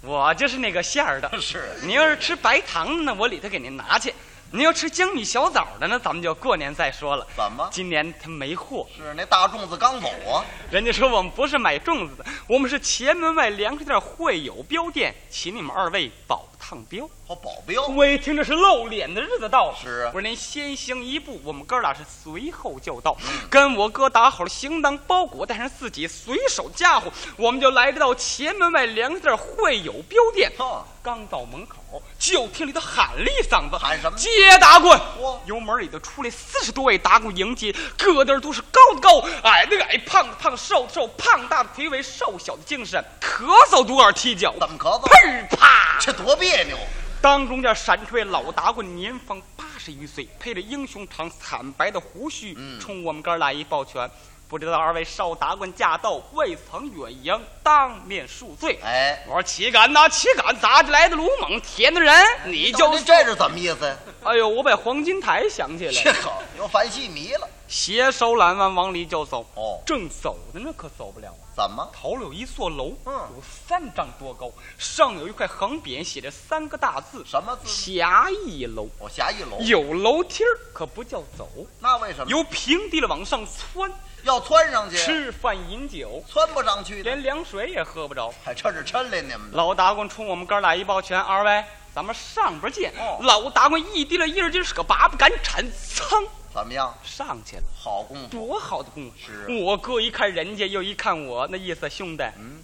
Speaker 8: 我就是那个馅儿的。
Speaker 9: 是
Speaker 8: 您要是吃白糖的呢，我里头给您拿去；您要吃江米小枣的呢，咱们就过年再说了。
Speaker 9: 怎么
Speaker 8: 今年他没货，
Speaker 9: 是那大粽子刚走啊？
Speaker 8: 人家说我们不是买粽子的，我们是前门外粮食店会友标店，请你们二位保烫标。
Speaker 9: 好哦保镖，
Speaker 8: 我一听这是露脸的日子到了，
Speaker 9: 是啊
Speaker 8: 我说您先行一步，我们哥俩是随后就到，
Speaker 9: 嗯
Speaker 8: 跟我哥打好了行囊包裹，带上自己随手家伙，我们就来到前门外粮食店会友标店。
Speaker 9: 哦
Speaker 8: 刚到门口，就听里头喊了一嗓子，
Speaker 9: 喊什么
Speaker 8: 接打滚
Speaker 9: 哇！
Speaker 8: 油门里头出来四十多位打鼓迎接，个个都是高的高，矮的矮，胖的胖，瘦的瘦，胖大的魁伟，瘦小的精神，咳嗽都有点踢脚，
Speaker 9: 怎么咳嗽？
Speaker 8: 砰啪！
Speaker 9: 这多别扭！
Speaker 8: 当中间闪出来老打滚，年方八十余岁，配着英雄长惨白的胡须，
Speaker 9: 嗯
Speaker 8: 冲我们哥俩一抱拳。不知道二位少打滚驾到，未曾远迎，当面恕罪。
Speaker 9: 哎，
Speaker 8: 我说岂敢呐，岂敢！咋的来的鲁莽，甜的人，你就
Speaker 9: 哎到底这是怎么意思呀？
Speaker 8: 哎呦，我把黄金台想起来
Speaker 9: 这
Speaker 8: 了，
Speaker 9: 好，又犯戏迷了。
Speaker 8: 携手揽腕往里就走。
Speaker 9: 哦
Speaker 8: 正走着呢，可走不了啊。
Speaker 9: 怎么？
Speaker 8: 头里有一座楼，
Speaker 9: 嗯
Speaker 8: 有三丈多高，上有一块横匾，写着三个大字
Speaker 9: 什
Speaker 8: “
Speaker 9: 么字？
Speaker 8: 侠义楼”。
Speaker 9: 我侠义楼，
Speaker 8: 有楼梯儿，可不叫走，
Speaker 9: 那为什么？
Speaker 8: 由平地了往上窜，
Speaker 9: 要窜上去，
Speaker 8: 吃饭饮酒，
Speaker 9: 窜不上去的。
Speaker 8: 连凉水也喝不着。
Speaker 9: 哎，这是抻来你们的。
Speaker 8: 老打滚冲我们哥俩一抱拳，二位，咱们上边见。
Speaker 9: 哦
Speaker 8: 老打滚一滴了一儿劲是个拔不敢铲，噌
Speaker 9: 怎么样？
Speaker 8: 上去了，
Speaker 9: 好功夫，
Speaker 8: 多好的功夫！
Speaker 9: 是啊
Speaker 8: 我哥一看人家，又一看我，那意思兄弟，
Speaker 9: 嗯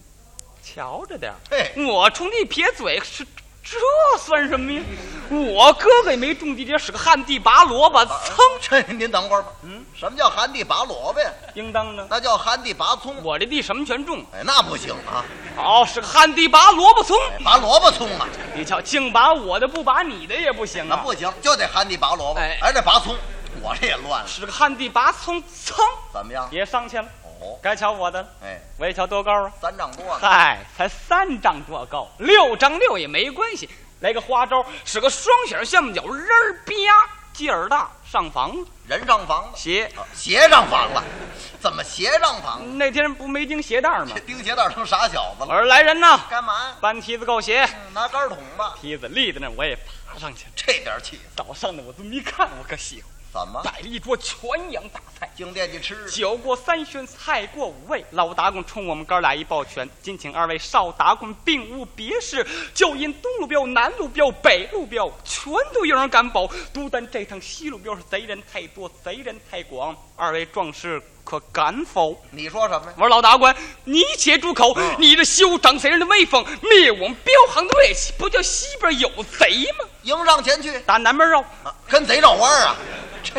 Speaker 8: 瞧着点儿。
Speaker 9: 嘿，
Speaker 8: 我冲你撇嘴是。这算什么呀？我哥哥也没种地，这是个旱地拔萝卜，噌，
Speaker 9: 啊这您等会儿吧。嗯，什么叫旱地拔萝卜呀？
Speaker 8: 应当呢。
Speaker 9: 那叫旱地拔葱。
Speaker 8: 我这地什么全种，
Speaker 9: 哎，那不行啊！
Speaker 8: 好是个旱地拔萝卜葱。
Speaker 9: 哎拔萝卜葱啊，
Speaker 8: 你瞧，净拔我的不拔你的也不行
Speaker 9: 那
Speaker 8: 啊。
Speaker 9: 不行，就得旱地拔萝卜。
Speaker 8: 哎
Speaker 9: 哎，这拔葱，我这也乱了。
Speaker 8: 是个旱地拔葱，噌，
Speaker 9: 怎么样？
Speaker 8: 别上去了，
Speaker 9: 哦，
Speaker 8: 该瞧我的了。
Speaker 9: 哎，
Speaker 8: 我一瞧多高啊？
Speaker 9: 三丈多呢。
Speaker 8: 嗨，才三丈多高，六丈六也没关系。来个花招，使个双响下面脚，人儿吧，劲儿大，上房子
Speaker 9: 人上房了，
Speaker 8: 鞋。
Speaker 9: 啊斜上房了，怎么斜上房了？
Speaker 8: 那天不没钉鞋带吗
Speaker 9: 这？钉鞋带成傻小子
Speaker 8: 我
Speaker 9: 了。
Speaker 8: 说来人呐，
Speaker 9: 干嘛呀？
Speaker 8: 搬梯子够鞋，
Speaker 9: 嗯拿杆儿捅吧。
Speaker 8: 梯子立在那儿，我也爬上去了。
Speaker 9: 这点气势
Speaker 8: 早上呢，我这么一看，我可喜欢，
Speaker 9: 怎么？
Speaker 8: 摆了一桌全羊大菜。
Speaker 9: 净惦记吃的。
Speaker 8: 酒过三巡，菜过五味，老打工冲我们哥俩一抱拳，今请二位少打工，并无别事，就因东路标、南路标、北路标全都有人敢保，独单这趟西路标是贼人太多，贼人太广，二位壮士可敢否？
Speaker 9: 你说什么呀？
Speaker 8: 我说老达官，你且住口！你这休长贼人的威风，灭我们标行的锐气，不叫西边有贼吗？
Speaker 9: 迎上前去，
Speaker 8: 打南边绕，
Speaker 9: 啊跟贼绕弯儿啊！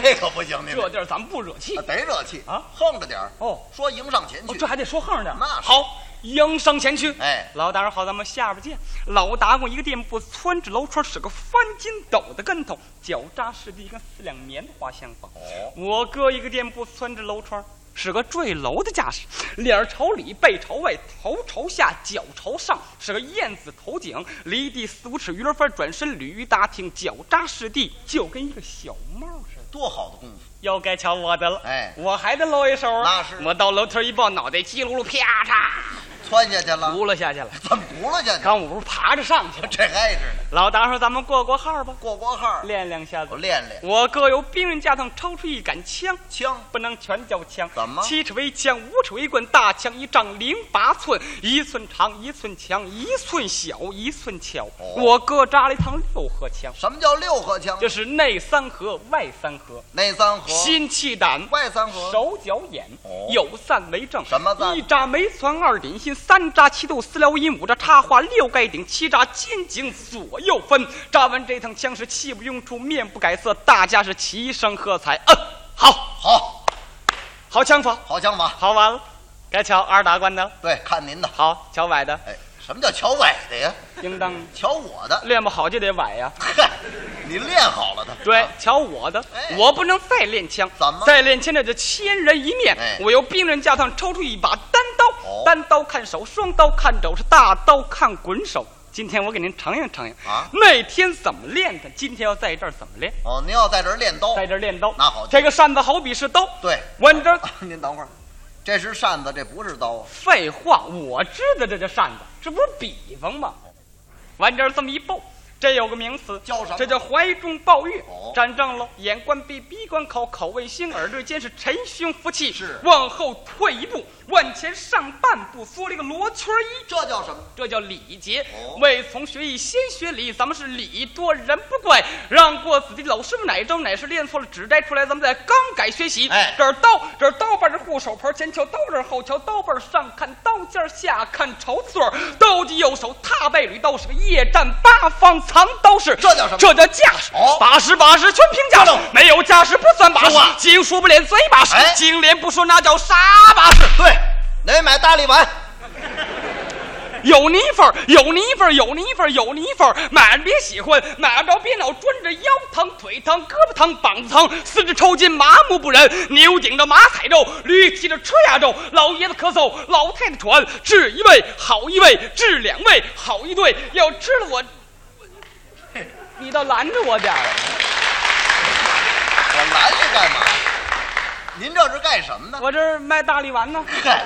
Speaker 9: 这可不行，您
Speaker 8: 这地儿咱们不惹气
Speaker 9: 啊。得惹气
Speaker 8: 啊
Speaker 9: 横着点儿
Speaker 8: 哦
Speaker 9: 说迎上前
Speaker 8: 哦，
Speaker 9: 去
Speaker 8: 这，还得说横着点儿。
Speaker 9: 那是
Speaker 8: 好，迎上前去。
Speaker 9: 哎
Speaker 8: 老大人好，咱们下边见。老达官一个箭步窜至楼窗，使个翻筋斗的跟头，脚扎实地，跟四两棉花相仿。
Speaker 9: 哦
Speaker 8: 我哥一个箭步窜至楼窗，使个坠楼的架势，脸儿朝里，背朝外，头朝下，脚朝上，使个燕子头颈，离地四五尺，鱼轮翻转身，鲤鱼打挺，脚扎实地，就跟一个小猫似的。
Speaker 9: 多好的功夫！
Speaker 8: 又该瞧我的了，
Speaker 9: 哎
Speaker 8: 我还得搂一手啊！
Speaker 9: 那是
Speaker 8: 我到楼梯一抱，脑袋叽噜噜啪嚓，
Speaker 9: 窜下去了，
Speaker 8: 轱辘下去了。
Speaker 9: 怎么轱辘下去？
Speaker 8: 刚我不是爬着上去了？
Speaker 9: 这挨着呢，
Speaker 8: 老达说：“咱们过过号吧，
Speaker 9: 过过号儿，
Speaker 8: 练两下子
Speaker 9: 我。练”练
Speaker 8: 我哥由兵刃架上抽出一杆枪，
Speaker 9: 枪，
Speaker 8: 不能全叫枪，
Speaker 9: 怎么
Speaker 8: 七尺为枪，五尺为棍，大枪一丈零八寸，一寸长，一寸强，一寸小，一寸巧。
Speaker 9: 哦
Speaker 8: 我哥扎了一趟六合枪，
Speaker 9: 什么叫六合枪？
Speaker 8: 就是内三合，外三合，
Speaker 9: 内三合，
Speaker 8: 心气胆。
Speaker 9: 外三合，
Speaker 8: 手脚眼
Speaker 9: 哦
Speaker 8: 有散为证，
Speaker 9: 什么散
Speaker 8: 一扎眉攒，二点心，三扎七斗四撩阴，五扎插花六盖顶，七扎金颈左右分。扎完这趟枪是气不拥出，面不改色，大家是齐声喝彩。嗯，好，
Speaker 9: 好，
Speaker 8: 好枪法，
Speaker 9: 好枪法，
Speaker 8: 好完了。该瞧二打官的，
Speaker 9: 对，看您的。
Speaker 8: 好，瞧崴的，
Speaker 9: 哎，什么叫瞧崴的呀？
Speaker 8: 应当
Speaker 9: 瞧我的。
Speaker 8: 练不好就得崴呀。
Speaker 9: 嗨，你练好了的。啊
Speaker 8: 对，瞧我的
Speaker 9: 哎，
Speaker 8: 我不能再练枪，
Speaker 9: 怎么
Speaker 8: 再练枪那就千人一面
Speaker 9: 哎。
Speaker 8: 我由兵刃架上抽出一把单刀，
Speaker 9: 哦
Speaker 8: 单刀看手，双刀看肘，是大刀看滚手。今天我给您尝应尝应
Speaker 9: 啊
Speaker 8: 那天怎么练的？今天要在这儿怎么练？
Speaker 9: 哦，您要在这儿练刀。
Speaker 8: 在这儿练刀，
Speaker 9: 那好
Speaker 8: 这个扇子好比是刀，
Speaker 9: 对，啊
Speaker 8: 我这儿
Speaker 9: 您等会儿，这是扇子，这不是刀啊。
Speaker 8: 废话，我知道这叫扇子，这不是比方吗？完这儿这么一抱，这有个名词
Speaker 9: 叫什么
Speaker 8: 这叫怀中抱月
Speaker 9: 哦。
Speaker 8: 站正了，眼观鼻，鼻观口，口为心，耳对肩，是沉胸服气。
Speaker 9: 是
Speaker 8: 往后退一步，往前上半步，缩了一个罗圈一。
Speaker 9: 这叫什么？
Speaker 8: 这叫礼节
Speaker 9: 哦。
Speaker 8: 为从学艺先学礼，咱们是礼多人不怪。让过子弟老师傅哪招哪式练错了，指摘出来，咱们再刚改学习。
Speaker 9: 哎
Speaker 8: 这儿刀，这儿刀把这护手牌前瞧，刀这儿后瞧，刀背儿上看刀尖儿，下看朝穗儿。刀击右手踏背吕刀，是个夜战八方藏刀式。
Speaker 9: 这叫什么
Speaker 8: 这叫架势。
Speaker 9: 哦
Speaker 8: 把式把式全凭架势
Speaker 9: 知道，
Speaker 8: 没有架势不算把式
Speaker 9: 说话。
Speaker 8: 经说不练贼把式
Speaker 9: 哎，
Speaker 8: 经连不说那叫啥把式。
Speaker 9: 对，得买大力丸。
Speaker 8: 有泥粉儿，有泥粉儿，有泥粉儿，有泥粉儿，买着别喜欢，买不着别老专着腰疼、腿疼、胳膊疼、膀子疼，四肢抽筋、麻木不仁，牛顶着马踩肉，驴骑着车压肉，老爷子咳嗽，老太太喘，治一位好一位，治两位好一对，要吃了我，你倒拦着我点儿啊。
Speaker 9: 我拦着干嘛？您这是干什么呢？
Speaker 8: 我这儿卖大力丸呢。
Speaker 9: 嗨，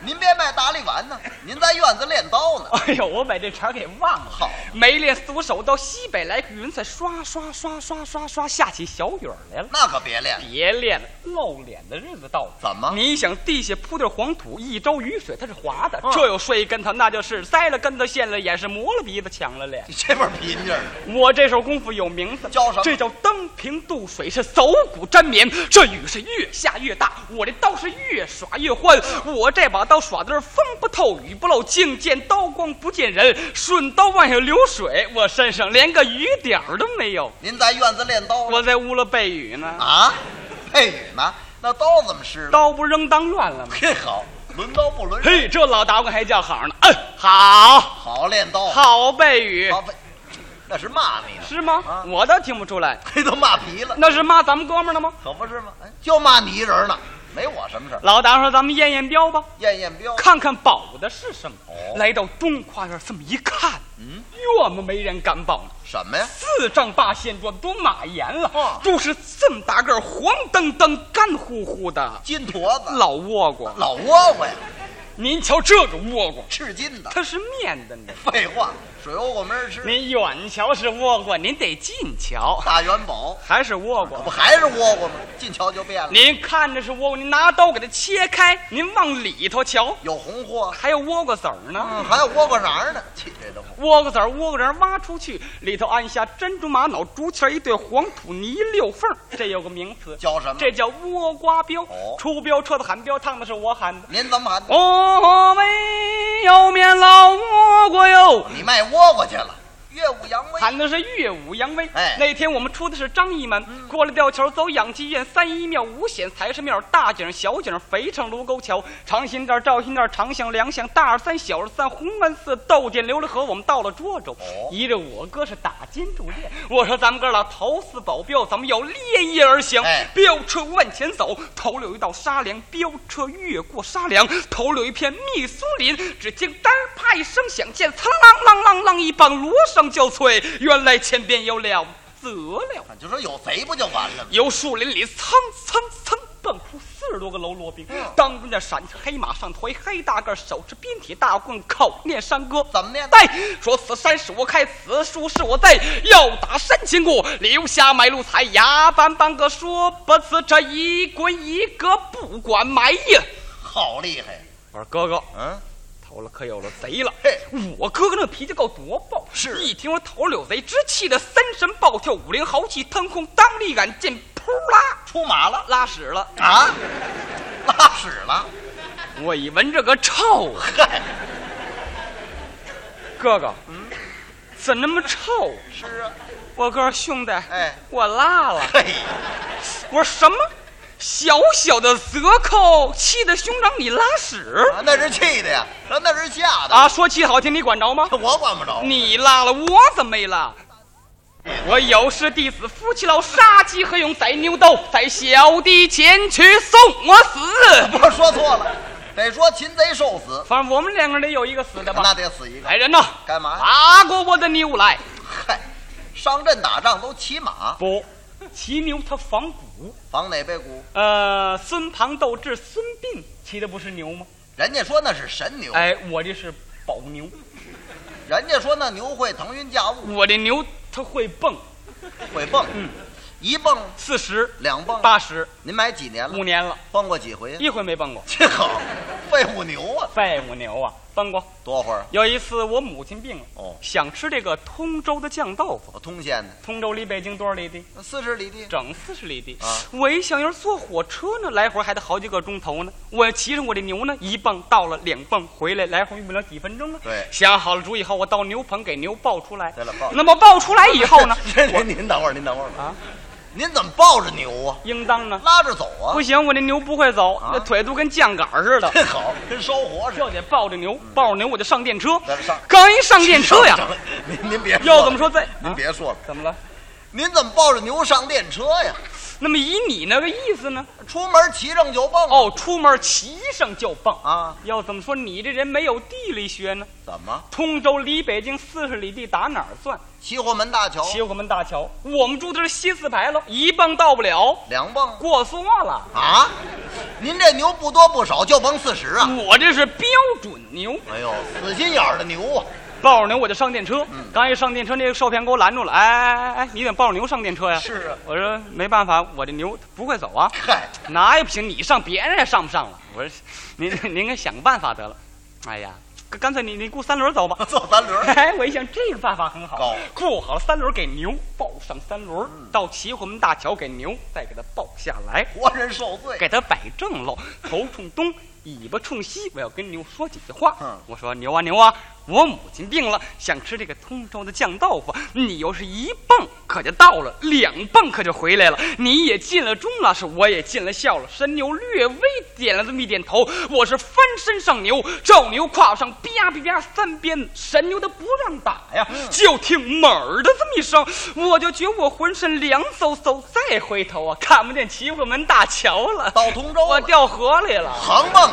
Speaker 9: 您别卖大力丸呢，您在院子练刀呢。
Speaker 8: 哎呦，我把这茬儿给忘了。
Speaker 9: 好，
Speaker 8: 没练四五手到西北来个云彩，刷刷刷刷刷刷下起小雨儿来了。
Speaker 9: 那可别练了。
Speaker 8: 别练了，露脸的日子到了。
Speaker 9: 怎么？
Speaker 8: 你想地下铺点黄土，一朝雨水它是滑的，这有摔一跟头，那就是栽了跟头，陷了眼，是磨了鼻子，抢了脸。
Speaker 9: 你这份皮劲儿，
Speaker 8: 我这手功夫有名字，
Speaker 9: 叫什么
Speaker 8: 这叫登平渡水，是走骨沾棉。这雨是越下越大，我这刀是越耍越欢。我这把刀耍的是风不透雨不漏，净见刀光不见人，顺刀往下流水，我身上连个雨点儿都没有。
Speaker 9: 您在院子练刀呢
Speaker 8: 我在屋了背雨呢，
Speaker 9: 啊？配雨呢？那刀怎么湿的？
Speaker 8: 刀不扔当乱了吗？
Speaker 9: 嘿，好，轮刀不轮人，
Speaker 8: 嘿，这老打官还叫好呢。嗯，好，
Speaker 9: 好练刀。
Speaker 8: 好背雨
Speaker 9: 好，配那是骂你呢，
Speaker 8: 是 吗？
Speaker 9: 啊
Speaker 8: 我倒听不出来，
Speaker 9: 嘿，都骂皮了，
Speaker 8: 那是骂咱们哥们儿的吗？
Speaker 9: 可不是吗？哎就骂你一人呢，没我什么事儿。
Speaker 8: 老大说咱们验验标吧，
Speaker 9: 验验标，
Speaker 8: 看看保的是什么。
Speaker 9: 哦
Speaker 8: 来到东跨院这么一看，
Speaker 9: 嗯，
Speaker 8: 我们没人敢保呢。
Speaker 9: 什么呀？
Speaker 8: 四丈八仙桌都马岩
Speaker 9: 哦
Speaker 8: 了，都是这么大个儿，黄澄澄、干乎乎的
Speaker 9: 金坨子，
Speaker 8: 老倭瓜。
Speaker 9: 老窝瓜呀，
Speaker 8: 您瞧这个倭瓜，
Speaker 9: 吃金的。
Speaker 8: 它是面的呢。
Speaker 9: 废话，水窝瓜没人吃。
Speaker 8: 您远瞧是倭瓜，您得近瞧
Speaker 9: 大元宝
Speaker 8: 还是倭瓜
Speaker 9: 不。还是窝瓜吗？进瞧就变了，
Speaker 8: 您看着是倭瓜，您拿刀给它切开，您往里头瞧，
Speaker 9: 有红货，嗯
Speaker 8: 还有倭瓜籽儿呢。
Speaker 9: 还有窝瓜瓤呢。气这都
Speaker 8: 倭瓜籽儿、倭瓜瓤挖出去，里头按下珍珠玛瑙、竹签儿一对黄土泥六缝儿，这有个名词，
Speaker 9: 叫什么？
Speaker 8: 这叫倭瓜镖
Speaker 9: 哦。
Speaker 8: 出镖车子喊镖，唱的是我喊的。
Speaker 9: 您怎么喊？
Speaker 8: 哦，没有面老倭瓜哟，
Speaker 9: 你卖窝瓜去了？岳武扬威。
Speaker 8: 喊的是乐舞扬威。
Speaker 9: 哎嗯
Speaker 8: 那天我们出的是张义门，过了吊桥，走养鸡院、三一庙、五显财神庙、大井、小井、肥城卢沟桥、长辛店、赵辛店、长巷、梁巷、大二三、小二三、红安寺、窦店、琉璃河，我们到了涿州。
Speaker 9: 哦
Speaker 8: 依着我哥是打金铸剑，我说咱们哥俩投四保镖，咱们要烈夜而行。
Speaker 9: 哎
Speaker 8: 飙车往前走，头柳一道沙梁，飙车越过沙梁，头柳一片密苏林。只听“当儿”啪一声响，见“呲啦啦啦啦”一棒锣声就脆，原来前边有了则了。
Speaker 9: 就说有贼不就完了吗？
Speaker 8: 由树林里蹭蹭蹭蹦出四十多个喽啰兵，当中那闪着黑马上驮一黑大个儿，手持鞭铁大棍，口念山歌，
Speaker 9: 怎么念
Speaker 8: 带说此山是我开，此树是我栽，要打山前过，留下买路财。牙板板个说不辞这一滚一个不管埋呀。
Speaker 9: 好厉害！啊
Speaker 8: 我说哥哥，
Speaker 9: 嗯，
Speaker 8: 头了可有了贼了！
Speaker 9: 嘿
Speaker 8: 我哥哥那脾气够多暴，
Speaker 9: 是
Speaker 8: 一听说头了有贼，直气得三神暴跳，五灵豪气腾空，当立杆箭，扑啦
Speaker 9: 出马了
Speaker 8: 拉屎了。
Speaker 9: 啊！ 拉屎 了！
Speaker 8: 我一闻这个臭啊，
Speaker 9: 嗨，
Speaker 8: 哥哥，
Speaker 9: 嗯
Speaker 8: 怎那么臭？
Speaker 9: 是啊，
Speaker 8: 我哥说兄弟，
Speaker 9: 哎
Speaker 8: 我拉了。
Speaker 9: 嘿，
Speaker 8: 我说什么？小小的折扣，气得兄长你拉屎
Speaker 9: 啊那是气的呀，啊那是吓的，
Speaker 8: 啊！说气好听，你管着吗？
Speaker 9: 我管不着。
Speaker 8: 你拉了，我怎么没拉？我有是弟子夫妻老杀鸡何用宰牛刀，宰小弟前去送我死。
Speaker 9: 我说错了，得说擒贼受死，
Speaker 8: 反正我们两个人得有一个死的吧？
Speaker 9: 那得死一个。
Speaker 8: 来人呐，
Speaker 9: 干嘛
Speaker 8: 拔过我的牛来！
Speaker 9: 嗨，上阵打仗都骑马，
Speaker 8: 不，骑牛它防骨。
Speaker 9: 防哪辈股？
Speaker 8: 呃，孙庞斗智，孙膑骑的不是牛吗？
Speaker 9: 人家说那是神牛，
Speaker 8: 哎，我这是宝牛，
Speaker 9: 人家说那牛会腾云驾雾，
Speaker 8: 我这牛它会蹦，
Speaker 9: 会蹦，一蹦
Speaker 8: 四十、
Speaker 9: 两蹦
Speaker 8: 嗯八十，
Speaker 9: 您买几年了？
Speaker 8: 五，年了，
Speaker 9: 蹦过几回？
Speaker 8: 一回没蹦过。
Speaker 9: 这好，废物牛 啊！
Speaker 8: 拜我牛啊，蹦过。
Speaker 9: 多会儿？
Speaker 8: 有一次我母亲病了，
Speaker 9: 哦
Speaker 8: 想吃这个通州的酱豆腐。
Speaker 9: 我通县的，
Speaker 8: 通州离北京多少里地？
Speaker 9: 四十里地。
Speaker 8: 整四十里地。
Speaker 9: 啊
Speaker 8: 我一想要是坐火车呢，来回还得好几个钟头呢。我骑上我的牛呢，一蹦到了，两蹦回来，来回用不了几分钟了。啊
Speaker 9: 对
Speaker 8: 想好了主意后，我到牛棚给牛抱出来。
Speaker 9: 对了抱，
Speaker 8: 那么抱出来以后呢
Speaker 9: 您您等会儿，您等会儿吧
Speaker 8: 啊！
Speaker 9: 您怎么抱着牛啊？
Speaker 8: 应当呢，
Speaker 9: 拉着走啊
Speaker 8: 不？行，我这牛不会走，
Speaker 9: 啊
Speaker 8: 那腿都跟酱杆儿似的。
Speaker 9: 这好，跟烧火似的。
Speaker 8: 就得抱着牛，抱着牛我就上电车
Speaker 9: 嗯咱上。
Speaker 8: 刚一上电车呀，
Speaker 9: 您您别
Speaker 8: 要怎么说
Speaker 9: 这
Speaker 8: 在？
Speaker 9: 您
Speaker 8: 啊
Speaker 9: 别说了，
Speaker 8: 怎么了？
Speaker 9: 您怎么抱着牛上电车呀？
Speaker 8: 那么以你那个意思呢？
Speaker 9: 出门骑上就蹦
Speaker 8: 哦，出门骑上就蹦
Speaker 9: 啊？
Speaker 8: 要怎么说你这人没有地理学呢？
Speaker 9: 怎么？
Speaker 8: 通州离北京四十里地，打哪儿算？
Speaker 9: 西货门大桥
Speaker 8: 西湖门大桥，我们住的是西四牌楼，一蹦到不了，
Speaker 9: 两蹦
Speaker 8: 过错了。
Speaker 9: 啊？您这牛不多不少，就蹦四十啊？
Speaker 8: 我这是标准牛，
Speaker 9: 哎呦，死心眼儿的牛啊！
Speaker 8: 抱着牛我就上电车。
Speaker 9: 嗯
Speaker 8: 刚一上电车，那个售票员给我拦住了，哎哎哎哎，你怎么抱着牛上电车呀？
Speaker 9: 是啊，
Speaker 8: 我说没办法，我这牛它不会走啊。
Speaker 9: 嗨，
Speaker 8: 哪也不行，你上别人也上不上了。我说，您 您给想个办法得了。哎呀，干干脆你你雇三轮走吧。
Speaker 9: 坐三轮儿
Speaker 8: 哎，我一想这个办法很
Speaker 9: 高
Speaker 8: 好，雇好了三轮给牛抱上三轮，到齐火门大桥给牛再给它抱下来，
Speaker 9: 活人受罪。
Speaker 8: 给它摆正喽，头冲东，尾巴冲西。我要跟牛说几句话。
Speaker 9: 嗯
Speaker 8: 我说牛啊牛啊，我母亲病了，想吃这个通州的酱豆腐，你又是一蹦可就到了，两蹦可就回来了，你也进了钟了，是我也进了孝了。神牛略微点了这么一点头，我是翻身上牛，照牛胯上啪啪啪三鞭，神牛它不让打呀，就听猛儿的这么一声，我就觉我浑身凉飕飕，再回头啊，看不见齐火门大桥了，
Speaker 9: 到通州
Speaker 8: 我
Speaker 9: 了
Speaker 8: 掉河里了。
Speaker 9: 航蹦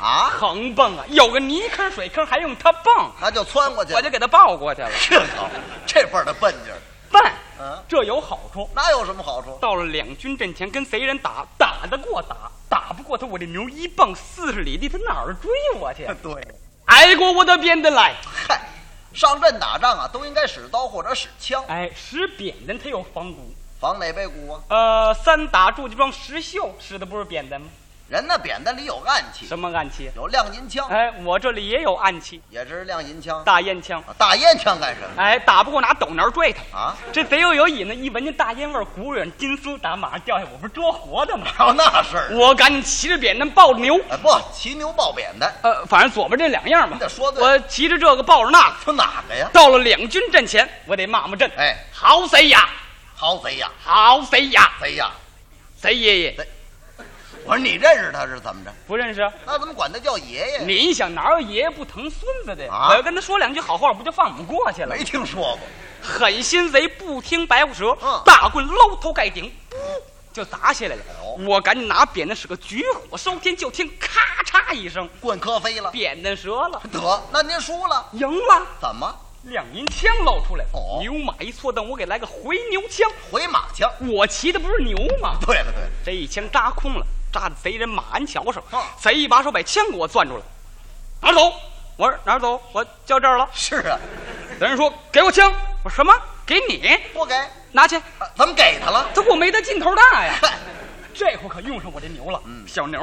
Speaker 9: 啊，
Speaker 8: 横蹦啊，有个泥坑水坑，还用它蹦，
Speaker 9: 那就窜过去了。
Speaker 8: 我就给它抱过去了。
Speaker 9: 这好，这份儿的笨劲儿，
Speaker 8: 办，
Speaker 9: 嗯
Speaker 8: 这有好处。
Speaker 9: 哪有什么好处？
Speaker 8: 到了两军阵前，跟贼人打，打得过打，打不过他，我这牛一蹦四十里地，他哪儿追我去？
Speaker 9: 对，
Speaker 8: 挨过我的鞭的来，
Speaker 9: 嗨，上阵打仗啊，都应该使刀或者使枪，
Speaker 8: 哎，使扁担他有防骨。
Speaker 9: 防哪背骨啊？
Speaker 8: 呃，三打祝家庄石秀使的不是扁担吗？
Speaker 9: 人那扁担里有暗器，
Speaker 8: 什么暗器？
Speaker 9: 有亮银枪，
Speaker 8: 哎，我这里也有暗器，
Speaker 9: 也是亮银枪。
Speaker 8: 大烟枪。
Speaker 9: 啊大烟枪干什么
Speaker 8: 哎，打不过拿斗拿拽他。
Speaker 9: 啊？
Speaker 8: 这贼又有瘾呢，一闻见大烟味儿，骨软筋酥，打马上掉下，我不是捉活的吗？
Speaker 9: 哪有那事儿？
Speaker 8: 我赶紧骑着扁担抱着牛，
Speaker 9: 哎，不，骑牛抱扁担，
Speaker 8: 呃，反正左边这两样吧
Speaker 9: 你得说。对
Speaker 8: 我骑着这个抱着那个，
Speaker 9: 说哪个呀？
Speaker 8: 到了两军阵前，我得骂骂阵。
Speaker 9: 哎，
Speaker 8: 好贼呀，
Speaker 9: 好贼呀，
Speaker 8: 好贼呀，
Speaker 9: 贼呀！
Speaker 8: 贼爷爷
Speaker 9: 贼我说你认识他是怎么着？
Speaker 8: 不认识啊？
Speaker 9: 那怎么管他叫爷爷？
Speaker 8: 您想哪有爷爷不疼孙子的呀？
Speaker 9: 哎啊
Speaker 8: 我要跟他说两句好话，不就放我们过去了
Speaker 9: 没？听说过，
Speaker 8: 狠心贼不听白虎舌，
Speaker 9: 嗯
Speaker 8: 大棍搂头盖顶，噗就砸下来了。
Speaker 9: 哦
Speaker 8: 我赶紧拿扁担，使个举火烧天，就听咔嚓一声，
Speaker 9: 棍磕飞了。
Speaker 8: 扁担折了，
Speaker 9: 得，那您输了，
Speaker 8: 赢了。
Speaker 9: 怎么
Speaker 8: 两银枪露出来了，
Speaker 9: 哦
Speaker 8: 牛马一错蹬，我给来个回牛枪。
Speaker 9: 回马枪？
Speaker 8: 我骑的不是牛吗？
Speaker 9: 对了对了，
Speaker 8: 这一枪扎空了，扎在贼人马鞍桥上
Speaker 9: 啊。
Speaker 8: 贼一把手把枪给我攥住了，哪儿走？我说哪儿走？我叫这儿了。
Speaker 9: 是啊，
Speaker 8: 贼人说给我枪。我说什么？给你？
Speaker 9: 不给，
Speaker 8: 拿去。
Speaker 9: 啊怎么给他了？
Speaker 8: 他给我没他劲头大呀。
Speaker 9: 嗨，
Speaker 8: 这回可用上我这牛了，
Speaker 9: 嗯
Speaker 8: 小牛，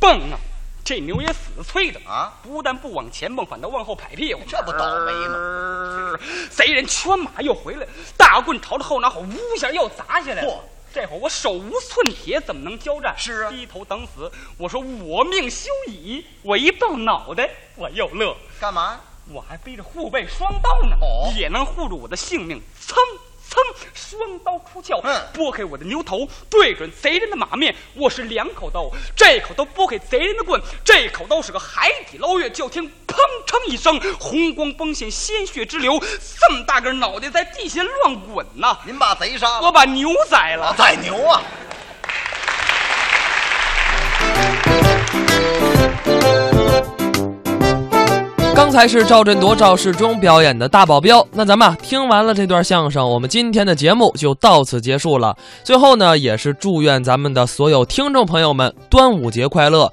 Speaker 8: 蹦啊！这牛也死催的
Speaker 9: 啊，
Speaker 8: 不但不往前蹦，反倒往后拍屁股，
Speaker 9: 这不倒霉
Speaker 8: 吗？贼人圈马又回来，大棍朝着后脑勺呜一下又砸下来了
Speaker 9: 嚯。
Speaker 8: 这会儿我手无寸铁，怎么能交战？
Speaker 9: 是啊
Speaker 8: 低头等死。我说我命休矣！我一抱脑袋，我又乐，
Speaker 9: 干嘛？
Speaker 8: 我还背着护背双刀呢，
Speaker 9: 哦
Speaker 8: 也能护住我的性命。噌噌噌，双刀出鞘
Speaker 9: 嗯，
Speaker 8: 拨开我的牛头，对准贼人的马面。我是两口刀，这口刀拨开贼人的棍，这口刀是个海底捞月。就听砰砰一声，红光崩现，鲜血直流，这么大个脑袋在地下乱滚呐、
Speaker 9: 您把贼杀
Speaker 8: 我
Speaker 9: 了，
Speaker 8: 把牛宰了
Speaker 9: 老。宰牛啊！
Speaker 1: 刚才是赵振铎、赵世忠表演的《大保镖》。那咱们啊，听完了这段相声，我们今天的节目就到此结束了。最后呢，也是祝愿咱们的所有听众朋友们端午节快乐。